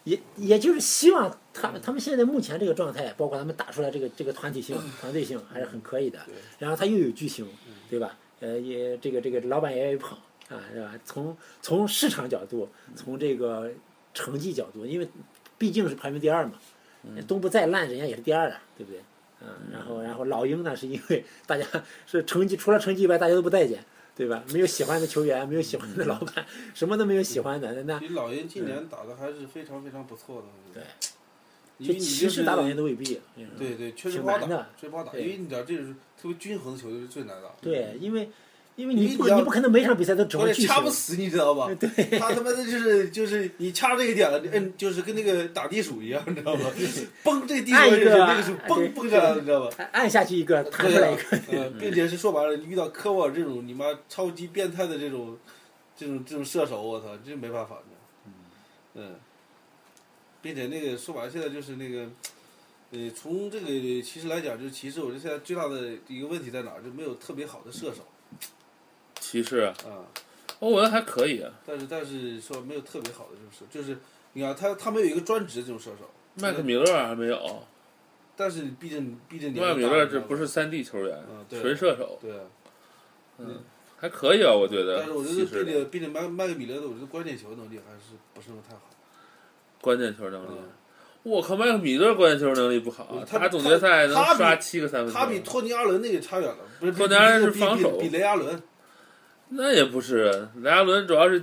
Speaker 5: 也也就是希望他们他们现在目前这个状态，包括他们打出来这个这个团体性、团队性还是很可以的。然后他又有巨星，对吧？呃，也这个这个老板也愿意捧啊，对吧？从从市场角度，从这个成绩角度，因为毕竟是排名第二嘛，东部再烂，人家也是第二啊，对不对？嗯，然后然后老鹰呢，是因为大家是成绩除了成绩以外，大家都不待见，对吧？没有喜欢的球员，没有喜欢的老板，什么都没有喜欢的，那那
Speaker 4: 其实老鹰今年打的还是非常非常不错的，我觉得。因
Speaker 5: 就
Speaker 4: 为你
Speaker 5: 骑士打老鹰都未必。嗯
Speaker 4: 对对，确实
Speaker 5: 挺
Speaker 4: 不好
Speaker 5: 难
Speaker 4: 打
Speaker 5: 的，
Speaker 4: 确实不好打，
Speaker 5: 对
Speaker 4: 因为你知道这是特别均衡的球队是最难打的。
Speaker 5: 对，因为因
Speaker 4: 因为
Speaker 5: 为你不
Speaker 4: 你要
Speaker 5: 你不可能每场比赛都指
Speaker 4: 我
Speaker 5: 望
Speaker 4: 也
Speaker 5: 巨
Speaker 4: 掐不
Speaker 5: 星，
Speaker 4: 死，你知道吧？他他妈的就是就是你掐这个点了，嗯，就是跟那个打地鼠一样，你知道 吧？嘣，这地鼠
Speaker 5: 按一
Speaker 4: 就是
Speaker 5: 个
Speaker 4: 那个鼠
Speaker 5: 对
Speaker 4: 嘣蹦上来了，你知道吧？
Speaker 5: 按按下去一个弹出来一个，
Speaker 4: 对啊，嗯，并且是说白了，遇到科沃尔这种你妈超级变态的这种这种这种射手，我操，这没办嗯法，你知道吗嗯，并且那个说白了，现在就是那个。呃，呃，从这个骑士来讲，就是骑士，我觉得现在最大的一个问题在哪儿，就没有特别好的射手
Speaker 3: 骑士，
Speaker 4: 啊。
Speaker 3: 欧文还可以啊，
Speaker 4: 但是但是说没有特别好的就是就是你看他他没有一个专职这种射手，
Speaker 3: 麦克米勒还没有，
Speaker 4: 但是毕竟毕竟年
Speaker 3: 麦克
Speaker 4: 龄
Speaker 3: 米
Speaker 4: 大
Speaker 3: 勒
Speaker 4: 你知
Speaker 3: 这
Speaker 4: 道吧
Speaker 3: 不是三 D 球员
Speaker 4: 嗯，对
Speaker 3: 纯射手，
Speaker 4: 对啊，
Speaker 3: 还可以啊，我觉得
Speaker 4: 但是我觉
Speaker 3: 骑
Speaker 4: 得
Speaker 3: 士
Speaker 4: 毕
Speaker 3: 的
Speaker 4: 竟毕竟麦麦克米勒的，我觉得关键球能力还是不是那么太好。
Speaker 3: 关键球能力
Speaker 4: 嗯。
Speaker 3: 我靠，麦克米勒关键球能力不
Speaker 4: 不
Speaker 3: 好啊
Speaker 4: 是，他
Speaker 3: 总决赛
Speaker 4: 他
Speaker 3: 能
Speaker 4: 比
Speaker 3: 刷七个三分球，
Speaker 4: 他比托尼·阿伦那个差远了，不是比
Speaker 3: 托尼阿伦
Speaker 4: 比
Speaker 3: 是
Speaker 4: 比
Speaker 3: 防
Speaker 4: 比
Speaker 3: 守
Speaker 4: 比雷阿伦，
Speaker 3: 那也不是，莱阿伦主要是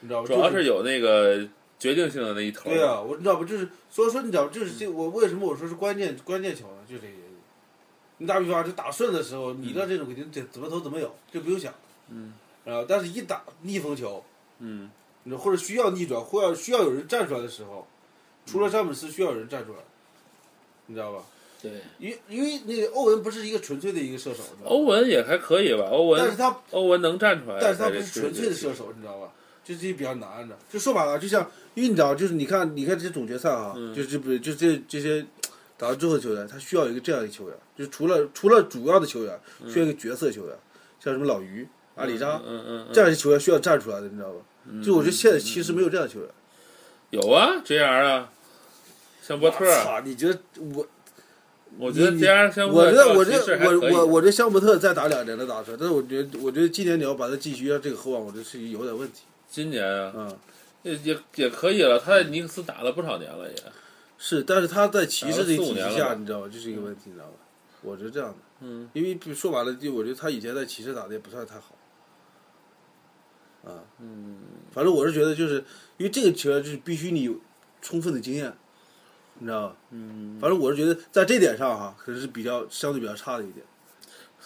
Speaker 4: 你知道吧？
Speaker 3: 主要
Speaker 4: 哦就是
Speaker 3: 有那个决定性的那一头。
Speaker 4: 对啊，我你知道不？就是所以说你知道不？就是这我为什么我说是关键关键球呢？就这个原因。你打比方，就打顺的时候，米勒这种肯定怎怎么投怎么有，这不用想。嗯。然后，但是一打逆风球，
Speaker 3: 嗯，
Speaker 4: 你知道或者需要逆转，或者需要有人站出来的时候，除了詹姆斯需要有人站出来，你知道吧？
Speaker 5: 对，
Speaker 4: 因为因为那个欧文不是一个纯粹的一个射手，你知道吧
Speaker 3: 欧，文也还可以吧，欧
Speaker 4: 但是
Speaker 3: 文
Speaker 4: 他
Speaker 3: 欧文能站出来，
Speaker 4: 但是他不
Speaker 3: 在
Speaker 4: 是
Speaker 3: 这
Speaker 4: 纯粹的
Speaker 3: 世
Speaker 4: 射
Speaker 3: 界
Speaker 4: 手，你知道吧？就这比较难的。就说白了，就像因为你知道，就是你看，你看这总决赛啊，
Speaker 3: 嗯
Speaker 4: 就是不是就这这些打到最后的球员，他需要一个这样一个球员，就除了除了主要的球员，需要一个角色球员，像什么老于、阿里扎、
Speaker 3: 嗯嗯嗯，嗯
Speaker 4: 这样的球员需要站出来的，你知道吧？就我觉得现在其实没有这样的球员。
Speaker 3: 有啊，JR 啊，像波特，
Speaker 4: 操！你觉得我？
Speaker 3: 我觉得 JR 像
Speaker 4: 我觉得，我
Speaker 3: 骑
Speaker 4: 觉
Speaker 3: 士
Speaker 4: 得，
Speaker 3: 还
Speaker 4: 我
Speaker 3: 可以啊
Speaker 4: 我我觉得香伯特再打两年能打出来，但是我觉得，我觉得今年你要把他继续让这个后网，我觉得是有点问题。
Speaker 3: 今年啊
Speaker 4: 嗯，
Speaker 3: 也也也可以了，他在尼克斯打了不少年了也，
Speaker 4: 是，但是他在骑士
Speaker 3: 打了
Speaker 4: 这
Speaker 3: 四五
Speaker 4: 体
Speaker 3: 年
Speaker 4: 系
Speaker 3: 了吧
Speaker 4: 下，你知道吗？这是一个问题，你知道吧？我觉得这样的，
Speaker 3: 嗯，
Speaker 4: 因为说白了，就我觉得他以前在骑士打的也不算太好，啊，嗯，反正我是觉得，就是因为这个球员就是必须你有充分的经验，你知道吧？嗯，反正我是觉得在这点上哈，可能是比较相对比较差的一点。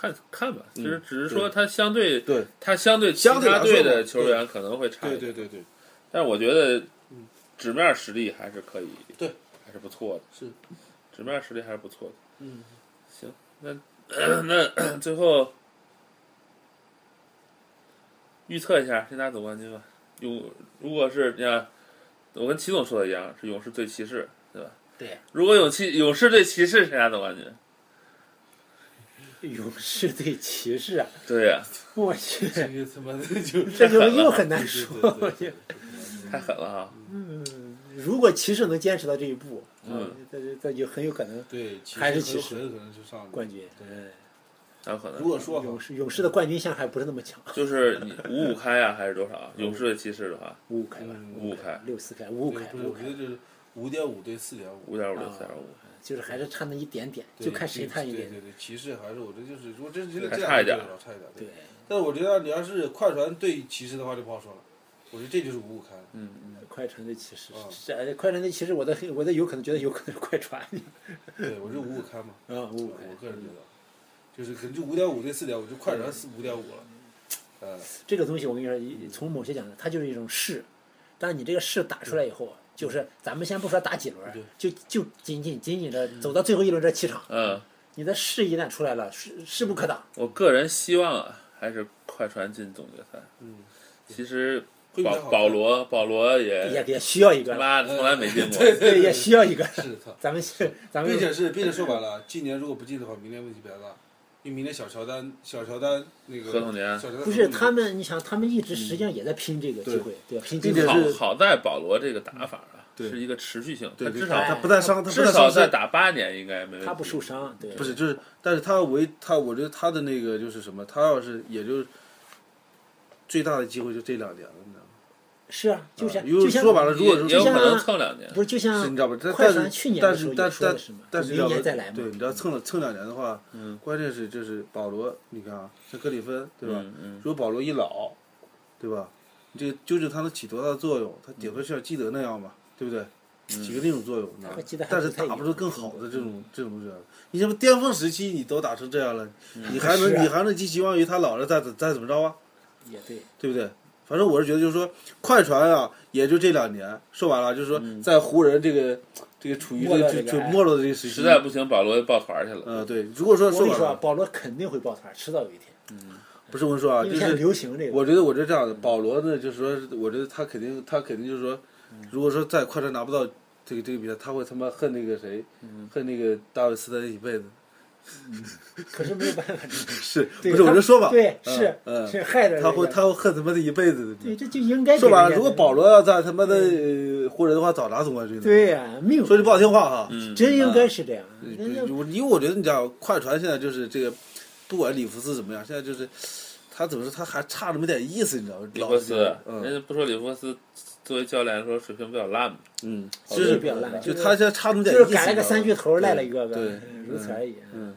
Speaker 3: 看看吧，其实
Speaker 4: 嗯
Speaker 3: 只是
Speaker 4: 对
Speaker 3: 说他相对
Speaker 4: 对，
Speaker 3: 他相对其
Speaker 4: 相对
Speaker 3: 他
Speaker 4: 来说
Speaker 3: 队
Speaker 4: 吧
Speaker 3: 的球员可能会差一点，
Speaker 4: 对对，
Speaker 3: 但是我觉得纸面实力还是可以，
Speaker 4: 嗯对，
Speaker 3: 还是不错的，
Speaker 4: 是
Speaker 3: 纸面实力还是不错的。
Speaker 4: 嗯，
Speaker 3: 行，那那 最后预测一下谁拿总冠军吧。勇，如果是你看，我跟齐总说的一样，是勇士对骑士，对吧？
Speaker 5: 对。
Speaker 3: 如果勇气勇士对骑士，谁拿总冠军？
Speaker 5: 勇士对骑士啊，
Speaker 3: 对呀、
Speaker 5: 我去，
Speaker 4: 这个他妈的就
Speaker 5: 这就又很难说。我觉得
Speaker 3: 太狠了哈！
Speaker 5: 嗯，如果骑士能坚持到这一步，
Speaker 3: 嗯，
Speaker 5: 这这这就很有可能
Speaker 4: 对，
Speaker 5: 还是骑士
Speaker 4: 很有可能就上了
Speaker 5: 冠。军。
Speaker 3: 很狠的
Speaker 4: 如。果说
Speaker 5: 勇
Speaker 4: 哈，
Speaker 5: 士勇士的冠军相还不是那么强，
Speaker 3: 就是你五五开啊，还是多少？勇士对骑士的话，
Speaker 5: 五五开吧，
Speaker 4: 嗯
Speaker 3: 五五开，
Speaker 5: 六四开，五五
Speaker 4: 对
Speaker 5: 开，
Speaker 4: 不是，
Speaker 5: 五五
Speaker 4: 我觉
Speaker 5: 开
Speaker 4: 得，就是五点五对四点五。
Speaker 3: 五点五六四点五，
Speaker 5: 就是还是差那一点点，
Speaker 4: 对
Speaker 5: 就看谁差一
Speaker 4: 对
Speaker 5: 点。
Speaker 4: 对对，骑士还是我觉得就是，如果真是这
Speaker 3: 还差
Speaker 4: 两
Speaker 3: 一
Speaker 4: 队
Speaker 3: 点儿
Speaker 4: 的话差一点儿。
Speaker 5: 对
Speaker 4: 对，，但是我觉得你要是快船对骑士的话就不好说了，我觉得这就是五五开了。
Speaker 3: 嗯嗯，
Speaker 5: 快船对骑士
Speaker 4: 啊，
Speaker 5: 这哎快船对骑士，我的我的有可能觉得有可能是快船
Speaker 4: 对，我就五五开嘛，
Speaker 5: 啊，五五开。
Speaker 4: 我个人觉得，就是可能就五点五对四点五，就快船四五点五了。呃，
Speaker 5: 这个东西我跟你说一，从某些讲呢，它就是一种势，但是你这个势打出来以后，就是咱们先不说打几轮儿
Speaker 4: 对，
Speaker 5: 就就仅仅仅仅的走到最后一轮这七场，
Speaker 3: 嗯，
Speaker 5: 你的势一旦出来了，势势不可挡。
Speaker 3: 我个人希望啊，还是快船进总决赛。
Speaker 4: 嗯，
Speaker 3: 其实
Speaker 4: 会比较好
Speaker 3: 保
Speaker 4: 看
Speaker 3: 保罗保罗也
Speaker 4: 哎
Speaker 5: 也也需要一
Speaker 3: 他
Speaker 5: 个，
Speaker 3: 妈
Speaker 4: 嗯
Speaker 3: 从来没进过，
Speaker 5: 对，也需要一个。
Speaker 4: 是 他，
Speaker 5: 咱们是咱们
Speaker 4: 并且是并且说白了，今年如果不进的话，明年问题比较大，因为明年小乔丹小乔丹那个
Speaker 3: 合同年
Speaker 4: 小乔丹
Speaker 5: 不
Speaker 4: 合
Speaker 5: 是
Speaker 4: 同年
Speaker 5: 他们，你想他们一直实际上也在拼这个机会，对，拼机
Speaker 4: 嗯并且
Speaker 5: 会。
Speaker 3: 好
Speaker 4: 是
Speaker 3: 好在保罗这个打法啊，
Speaker 4: 对
Speaker 3: 是一个持续性，他
Speaker 4: 对，对
Speaker 3: 至
Speaker 4: 他
Speaker 5: 哎
Speaker 3: 少
Speaker 4: 不带伤，他不
Speaker 3: 至
Speaker 4: 带
Speaker 3: 少
Speaker 4: 伤
Speaker 3: 再
Speaker 4: 是
Speaker 3: 打八年应该没问题。
Speaker 5: 他不受伤，对，
Speaker 4: 不是，就是，但是他唯他，我觉得他的那个就是什么，他要是也就是最大的机会就这两年了，你知道吗？
Speaker 5: 是啊，就像
Speaker 4: 因为
Speaker 5: 就像
Speaker 4: 说白了，如
Speaker 3: 也
Speaker 4: 果说
Speaker 3: 也有
Speaker 5: 就
Speaker 3: 可
Speaker 5: 像
Speaker 3: 能蹭两年，
Speaker 5: 不是就
Speaker 4: 不是你
Speaker 5: 像
Speaker 4: 知道吧？但
Speaker 5: 快船
Speaker 4: 但
Speaker 5: 去
Speaker 4: 是
Speaker 5: 年的
Speaker 4: 但
Speaker 5: 时
Speaker 4: 是
Speaker 5: 候也
Speaker 4: 但
Speaker 5: 说
Speaker 4: 但
Speaker 5: 的是嘛
Speaker 4: 但
Speaker 5: 就是明
Speaker 4: 要
Speaker 5: 年
Speaker 4: 不
Speaker 5: 再来嘛
Speaker 4: 对，你知道蹭了蹭两年的话，
Speaker 3: 嗯
Speaker 4: 关键是就是保罗，你看啊，像格里芬对吧？
Speaker 3: 嗯嗯，
Speaker 4: 如果保罗一老，对吧？你这究竟他能起多大的作用？他顶多像基德那样嘛，对不对？
Speaker 5: 嗯
Speaker 3: 嗯
Speaker 4: 起个那种作用，你知道
Speaker 5: 他和基德
Speaker 4: 吗
Speaker 5: 还
Speaker 4: 但是
Speaker 5: 不太一嗯
Speaker 4: 打
Speaker 5: 样
Speaker 4: 不出更好的这种这种这样的。你这不巅峰时期你都打成这样了，你还能
Speaker 5: 是啊
Speaker 4: 你还能寄希望于他老了再怎再怎么着啊？
Speaker 5: 嗯也对，
Speaker 4: 对不对？反正我是觉得，就是说，快船啊，也就这两年，说白了，就是说，在湖人这个这个处于这
Speaker 5: 嗯没落
Speaker 4: 个就
Speaker 5: 这个
Speaker 4: 就
Speaker 5: 哎
Speaker 4: 没落的这个时期，
Speaker 3: 实在不行保罗抱团去了。
Speaker 4: 呃，对。如果说
Speaker 5: 我跟
Speaker 4: 说
Speaker 5: 你
Speaker 4: 白
Speaker 5: 说啊，
Speaker 4: 了，
Speaker 5: 保罗肯定会抱团，迟早有一天，
Speaker 4: 不是我跟你说啊，
Speaker 5: 因
Speaker 4: 就
Speaker 5: 为现在
Speaker 4: 是
Speaker 5: 流行这个，
Speaker 4: 我觉得我是这
Speaker 5: 嗯
Speaker 4: 样的，保罗呢，就是说，我觉得他肯定他肯定就是说，如果说在快船拿不到这个这个比赛，他会他妈恨那个谁，
Speaker 5: 嗯
Speaker 4: 恨那个大卫斯丹一辈子。
Speaker 5: 可是没有 办法，
Speaker 4: 是，
Speaker 5: 对
Speaker 4: 不是我
Speaker 5: 他
Speaker 4: 就说吧，
Speaker 5: 对
Speaker 4: 嗯
Speaker 5: 是
Speaker 4: 嗯
Speaker 5: 是害的
Speaker 4: 他会
Speaker 5: 人家
Speaker 4: 他会恨他妈的一辈子的。
Speaker 5: 对，这就应该
Speaker 4: 说
Speaker 5: 给
Speaker 4: 白了，
Speaker 5: 人家
Speaker 4: 如果
Speaker 5: 的
Speaker 4: 保罗要在他妈的呃湖人的话，早拿总冠军了。，
Speaker 5: 对呀，命
Speaker 4: 说句嗯不好听话哈，
Speaker 3: 嗯
Speaker 5: 真应该是这样。人家
Speaker 4: 我因为我觉得你讲快船现在就是这个，不管里弗斯怎么样，现在就是他怎么说，他还差那么点意思，你知道吗？
Speaker 3: 里弗斯，
Speaker 4: 嗯
Speaker 3: 人家不说里弗斯作为教练来说水平比较烂嘛，
Speaker 4: 嗯，
Speaker 3: 好
Speaker 4: 就
Speaker 3: 多
Speaker 4: 是
Speaker 3: 人
Speaker 5: 表达
Speaker 4: 就
Speaker 5: 就是
Speaker 4: 他现在差那么
Speaker 5: 就
Speaker 4: 点意
Speaker 5: 是
Speaker 4: 思，
Speaker 5: 改了个三巨头，
Speaker 4: 你知道吗
Speaker 5: 赖了一个呗
Speaker 4: 对，，
Speaker 5: 嗯如此
Speaker 4: 嗯
Speaker 5: 而已。啊
Speaker 4: 嗯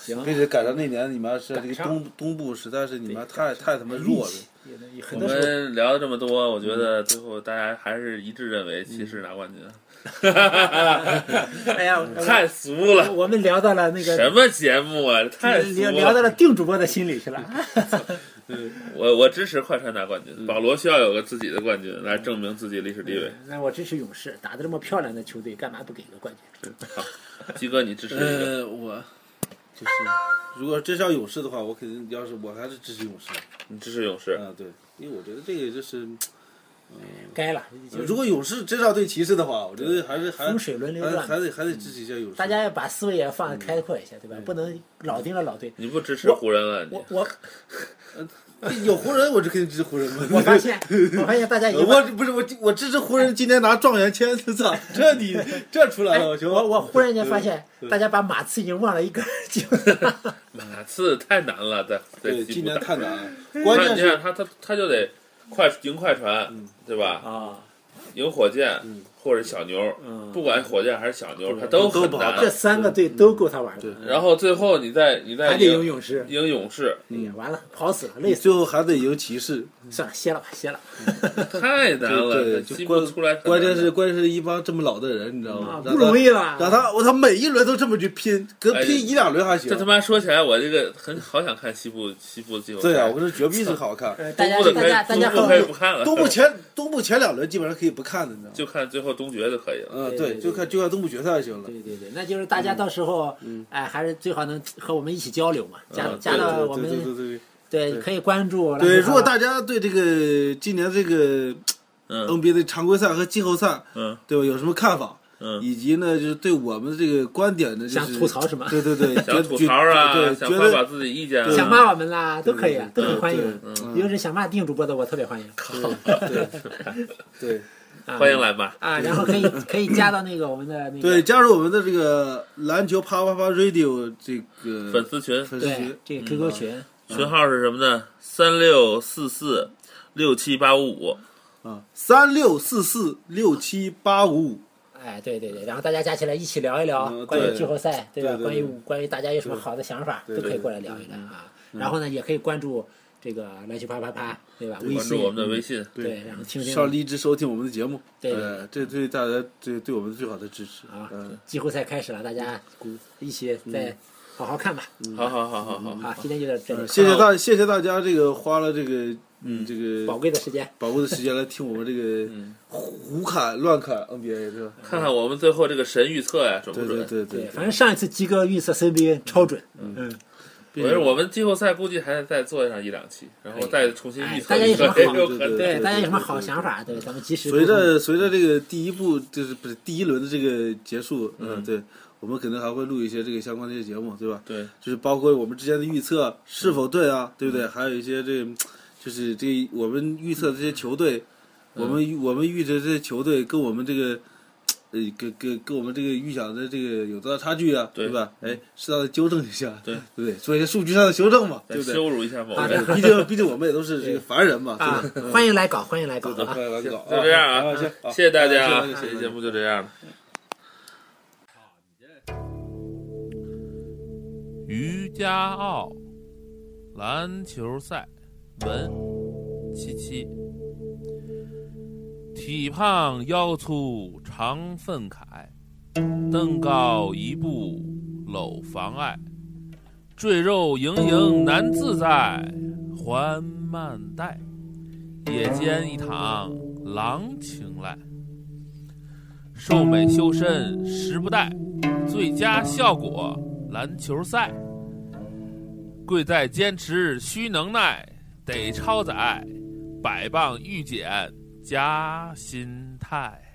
Speaker 5: 行，
Speaker 4: 并且赶上那年你妈是这
Speaker 5: 赶
Speaker 4: 个
Speaker 5: 上
Speaker 4: 东东部实在是你妈
Speaker 5: 对哎
Speaker 4: 太太他妈弱了，
Speaker 5: 也能也
Speaker 3: 我
Speaker 5: 很多时候
Speaker 3: 们聊了这么多，我
Speaker 4: 嗯
Speaker 3: 觉得最后大家还是一致认为骑士拿冠军，
Speaker 5: 哎 呀，我
Speaker 3: 太俗了。
Speaker 5: 我们聊到了那
Speaker 3: 什
Speaker 5: 个，
Speaker 3: 么节目啊！太俗
Speaker 5: 聊聊到了
Speaker 3: 了！
Speaker 5: 定主播的心里去了。
Speaker 3: 我我支持快船拿冠
Speaker 4: 嗯
Speaker 3: 军，保罗需要有个自己的冠军来证明自己历史地位。
Speaker 5: 那我支持勇士，打得这么漂亮的球队，干嘛不给个冠军？
Speaker 4: 嗯
Speaker 3: 鸡哥，你支持一个？
Speaker 4: 呃，我就是如果真是要勇士的话，我肯定要是我还是支持勇士
Speaker 3: 你支持勇士？
Speaker 4: 啊，对，因为我觉得这个就是，
Speaker 5: 该了，就是
Speaker 4: 嗯如果勇士真是要对骑士的话，我觉得还是还
Speaker 5: 风水轮流
Speaker 4: 还得
Speaker 5: 转
Speaker 4: 还得还得支持一下勇士。
Speaker 5: 大家要把思维也放开阔一些，对吧？
Speaker 4: 嗯
Speaker 5: 不能老盯着老队。
Speaker 3: 你不支持湖人了？你
Speaker 5: 我 我
Speaker 4: 有湖人，我就肯定支持湖人嘛。
Speaker 5: 我发现，我发现大家已经
Speaker 4: 呃我不是我，我支持湖人今天拿状元签，操，这你这出来
Speaker 5: 哎
Speaker 4: 了，行吗？
Speaker 5: 我我忽然间发
Speaker 4: 呃
Speaker 5: 现，大家把马刺已经忘了一根筋了。
Speaker 3: 马刺太难了，在在
Speaker 4: 对
Speaker 3: 西
Speaker 4: 今
Speaker 3: 部
Speaker 4: 年
Speaker 3: 打。
Speaker 4: 太难了，关
Speaker 3: 那
Speaker 4: 键
Speaker 3: 你
Speaker 4: 是
Speaker 3: 看他他他就得快赢快船，
Speaker 4: 嗯
Speaker 3: 对吧？
Speaker 5: 啊，
Speaker 3: 赢火箭或者小牛，不管火箭还是小牛，他都
Speaker 4: 嗯都
Speaker 3: 很
Speaker 4: 不好
Speaker 3: 难
Speaker 5: 这。三个队都够他玩的，
Speaker 3: 然后最后你再你再
Speaker 5: 还得有
Speaker 3: 赢
Speaker 5: 勇士。
Speaker 3: 赢勇士，
Speaker 5: 哎
Speaker 4: 嗯
Speaker 5: 呀，完了，跑死了，累
Speaker 4: 你
Speaker 5: 死了。
Speaker 4: 最后还得赢骑士。
Speaker 5: 算了，歇了吧，歇了。
Speaker 3: 太难了，
Speaker 4: 对，
Speaker 3: 这
Speaker 4: 就
Speaker 3: 西部
Speaker 4: 关
Speaker 3: 出来很难的
Speaker 4: 关键是关键是一帮这么老的人，你知道
Speaker 5: 啊
Speaker 4: 吗？
Speaker 5: 不容易了
Speaker 4: 让他我他每一轮都这么去拼，隔
Speaker 3: 哎
Speaker 4: 拼一两轮还行
Speaker 3: 这。他妈说起来，我这个很好想看西部西部季后赛。
Speaker 4: 对啊，我说绝逼是好看。
Speaker 5: 呃，大
Speaker 3: 东
Speaker 5: 家
Speaker 3: 部的
Speaker 5: 大
Speaker 3: 可以
Speaker 5: 家大家
Speaker 3: 东部可以
Speaker 5: 很
Speaker 3: 哎不看了，
Speaker 4: 东部前东部前两轮基本上可以不看的，你知道吗？
Speaker 3: 就看最后东决就可以了。
Speaker 4: 嗯，
Speaker 5: 对
Speaker 4: 对，
Speaker 5: 对
Speaker 4: 就
Speaker 5: 对
Speaker 4: 看就看东部决赛就行了。
Speaker 5: 对对对，那就是大
Speaker 4: 嗯
Speaker 5: 家到时候，哎，还是最好能和我们一起交流嘛，加
Speaker 4: 嗯
Speaker 5: 加到
Speaker 4: 对
Speaker 5: 我
Speaker 4: 对对
Speaker 5: 们，
Speaker 4: 对对
Speaker 5: 对，可以关注。
Speaker 4: 对，如果大家对这个今年这个
Speaker 3: 嗯
Speaker 4: NBA 的常规赛和季后赛，
Speaker 3: 嗯
Speaker 4: 对吧，有什么看法？
Speaker 3: 嗯，
Speaker 4: 以及呢，就是对我们这个观点呢，就是
Speaker 5: 想吐槽什么
Speaker 4: 对对对，
Speaker 3: 想
Speaker 4: 觉
Speaker 3: 吐槽啊，
Speaker 4: 对，
Speaker 3: 想
Speaker 4: 觉
Speaker 3: 发表
Speaker 4: 得
Speaker 3: 自己意见啊，
Speaker 5: 想骂我们啦，都可以，啊，都很欢迎。
Speaker 4: 嗯
Speaker 5: 尤其是想骂定主播的，我特别欢迎。
Speaker 4: 对对
Speaker 5: 啊
Speaker 3: 欢迎来骂。
Speaker 5: 啊，然后可以可以加到那个我们的那个
Speaker 4: 对，加入我们的这个篮球啪啪啪 Radio 这个
Speaker 3: 粉丝群
Speaker 4: 粉丝
Speaker 5: 对
Speaker 4: 群，
Speaker 5: 这个 QQ 群，
Speaker 4: 嗯
Speaker 3: 群号是什么呢？三六四四六七八五五。
Speaker 4: 啊，三六四四六七八五五，
Speaker 5: 哎，对对对，然后大家加起来一起聊一聊
Speaker 4: 嗯
Speaker 5: 关于
Speaker 4: 对
Speaker 5: 季后赛，对吧？
Speaker 4: 对对
Speaker 5: 关
Speaker 4: 对
Speaker 5: 于关于大家有什么好的想法，
Speaker 4: 对
Speaker 5: 都
Speaker 4: 对
Speaker 5: 可以
Speaker 4: 对
Speaker 5: 过来聊一聊啊。然后呢，也可以关注这个篮球啪啪啪，对吧？微
Speaker 3: 关
Speaker 5: 信
Speaker 3: 注我们的微信。
Speaker 5: 对，然后听听
Speaker 4: 上荔枝收听我们的节目，
Speaker 5: 对
Speaker 4: 呃，这对大家这对我们最好的支持
Speaker 5: 啊
Speaker 4: 嗯，
Speaker 5: 季后赛开始了，大家鼓一起再好好看吧。
Speaker 3: 好好好好
Speaker 4: 嗯
Speaker 3: 嗯好，
Speaker 5: 啊，今天就到这里，
Speaker 4: 谢谢大谢谢大家这个花了这个嗯这
Speaker 5: 宝
Speaker 4: 个
Speaker 5: 贵的时间，
Speaker 4: 宝贵的嗯时间来听我们这个 胡侃乱侃 NBA 是吧？
Speaker 3: 看看我们最后这个神预测呀，准不
Speaker 4: 对对
Speaker 3: 准？
Speaker 4: 对
Speaker 5: 对，
Speaker 4: 对，
Speaker 5: 反正上一次鸡哥预测 CBA 超准，嗯，
Speaker 3: 我觉得我们季后赛估计还得再做上一两期，然后再重新预测
Speaker 5: 哎大家有
Speaker 3: 一
Speaker 5: 什么
Speaker 3: 个
Speaker 5: 好，
Speaker 3: 也有可
Speaker 4: 对
Speaker 3: 能。
Speaker 5: 对，大家有什么
Speaker 4: 对
Speaker 5: 好想法，对，咱们及时
Speaker 4: 随
Speaker 5: 沟通
Speaker 4: 着随着这个第一步就是不是第一轮的这个结束，嗯，对，我们可能还会录一些这个相关的一些节目，对吧？
Speaker 3: 对，
Speaker 4: 就是包括我们之间的预测是否对啊，对
Speaker 3: 嗯
Speaker 4: 不对？还有一些这，就是这我们预测的这些球队，我们
Speaker 3: 嗯
Speaker 4: 预我们预测这些球队跟我们这个。呃，跟跟跟我们这个预想的这个有多大差距啊？
Speaker 3: 对嗯
Speaker 4: 对吧？哎，适当的纠正一下，
Speaker 3: 对
Speaker 4: 对不对？做一些数据上的修正嘛，
Speaker 3: 再
Speaker 4: 对不对？
Speaker 3: 羞辱一下某人。
Speaker 4: 对毕竟毕竟我们也都是这个凡人嘛，
Speaker 5: 啊
Speaker 4: 对吧？，
Speaker 5: 欢迎来搞，欢 迎来搞
Speaker 4: 对
Speaker 5: 啊。
Speaker 4: 对对
Speaker 3: 就这样啊
Speaker 4: 啊，行，好，哎
Speaker 3: 谢谢大家啊
Speaker 4: 谢谢，谢
Speaker 3: 这
Speaker 4: 谢
Speaker 3: 期节目就这样了。嗯于家傲，篮球赛，文七七，体胖腰粗常愤慨，登高一步搂妨碍，赘肉盈盈难自在，还慢带。野间一躺郎情来。瘦美修身时不待，最佳效果篮球赛。贵在坚持需能耐，得超载，百磅愈减加心态。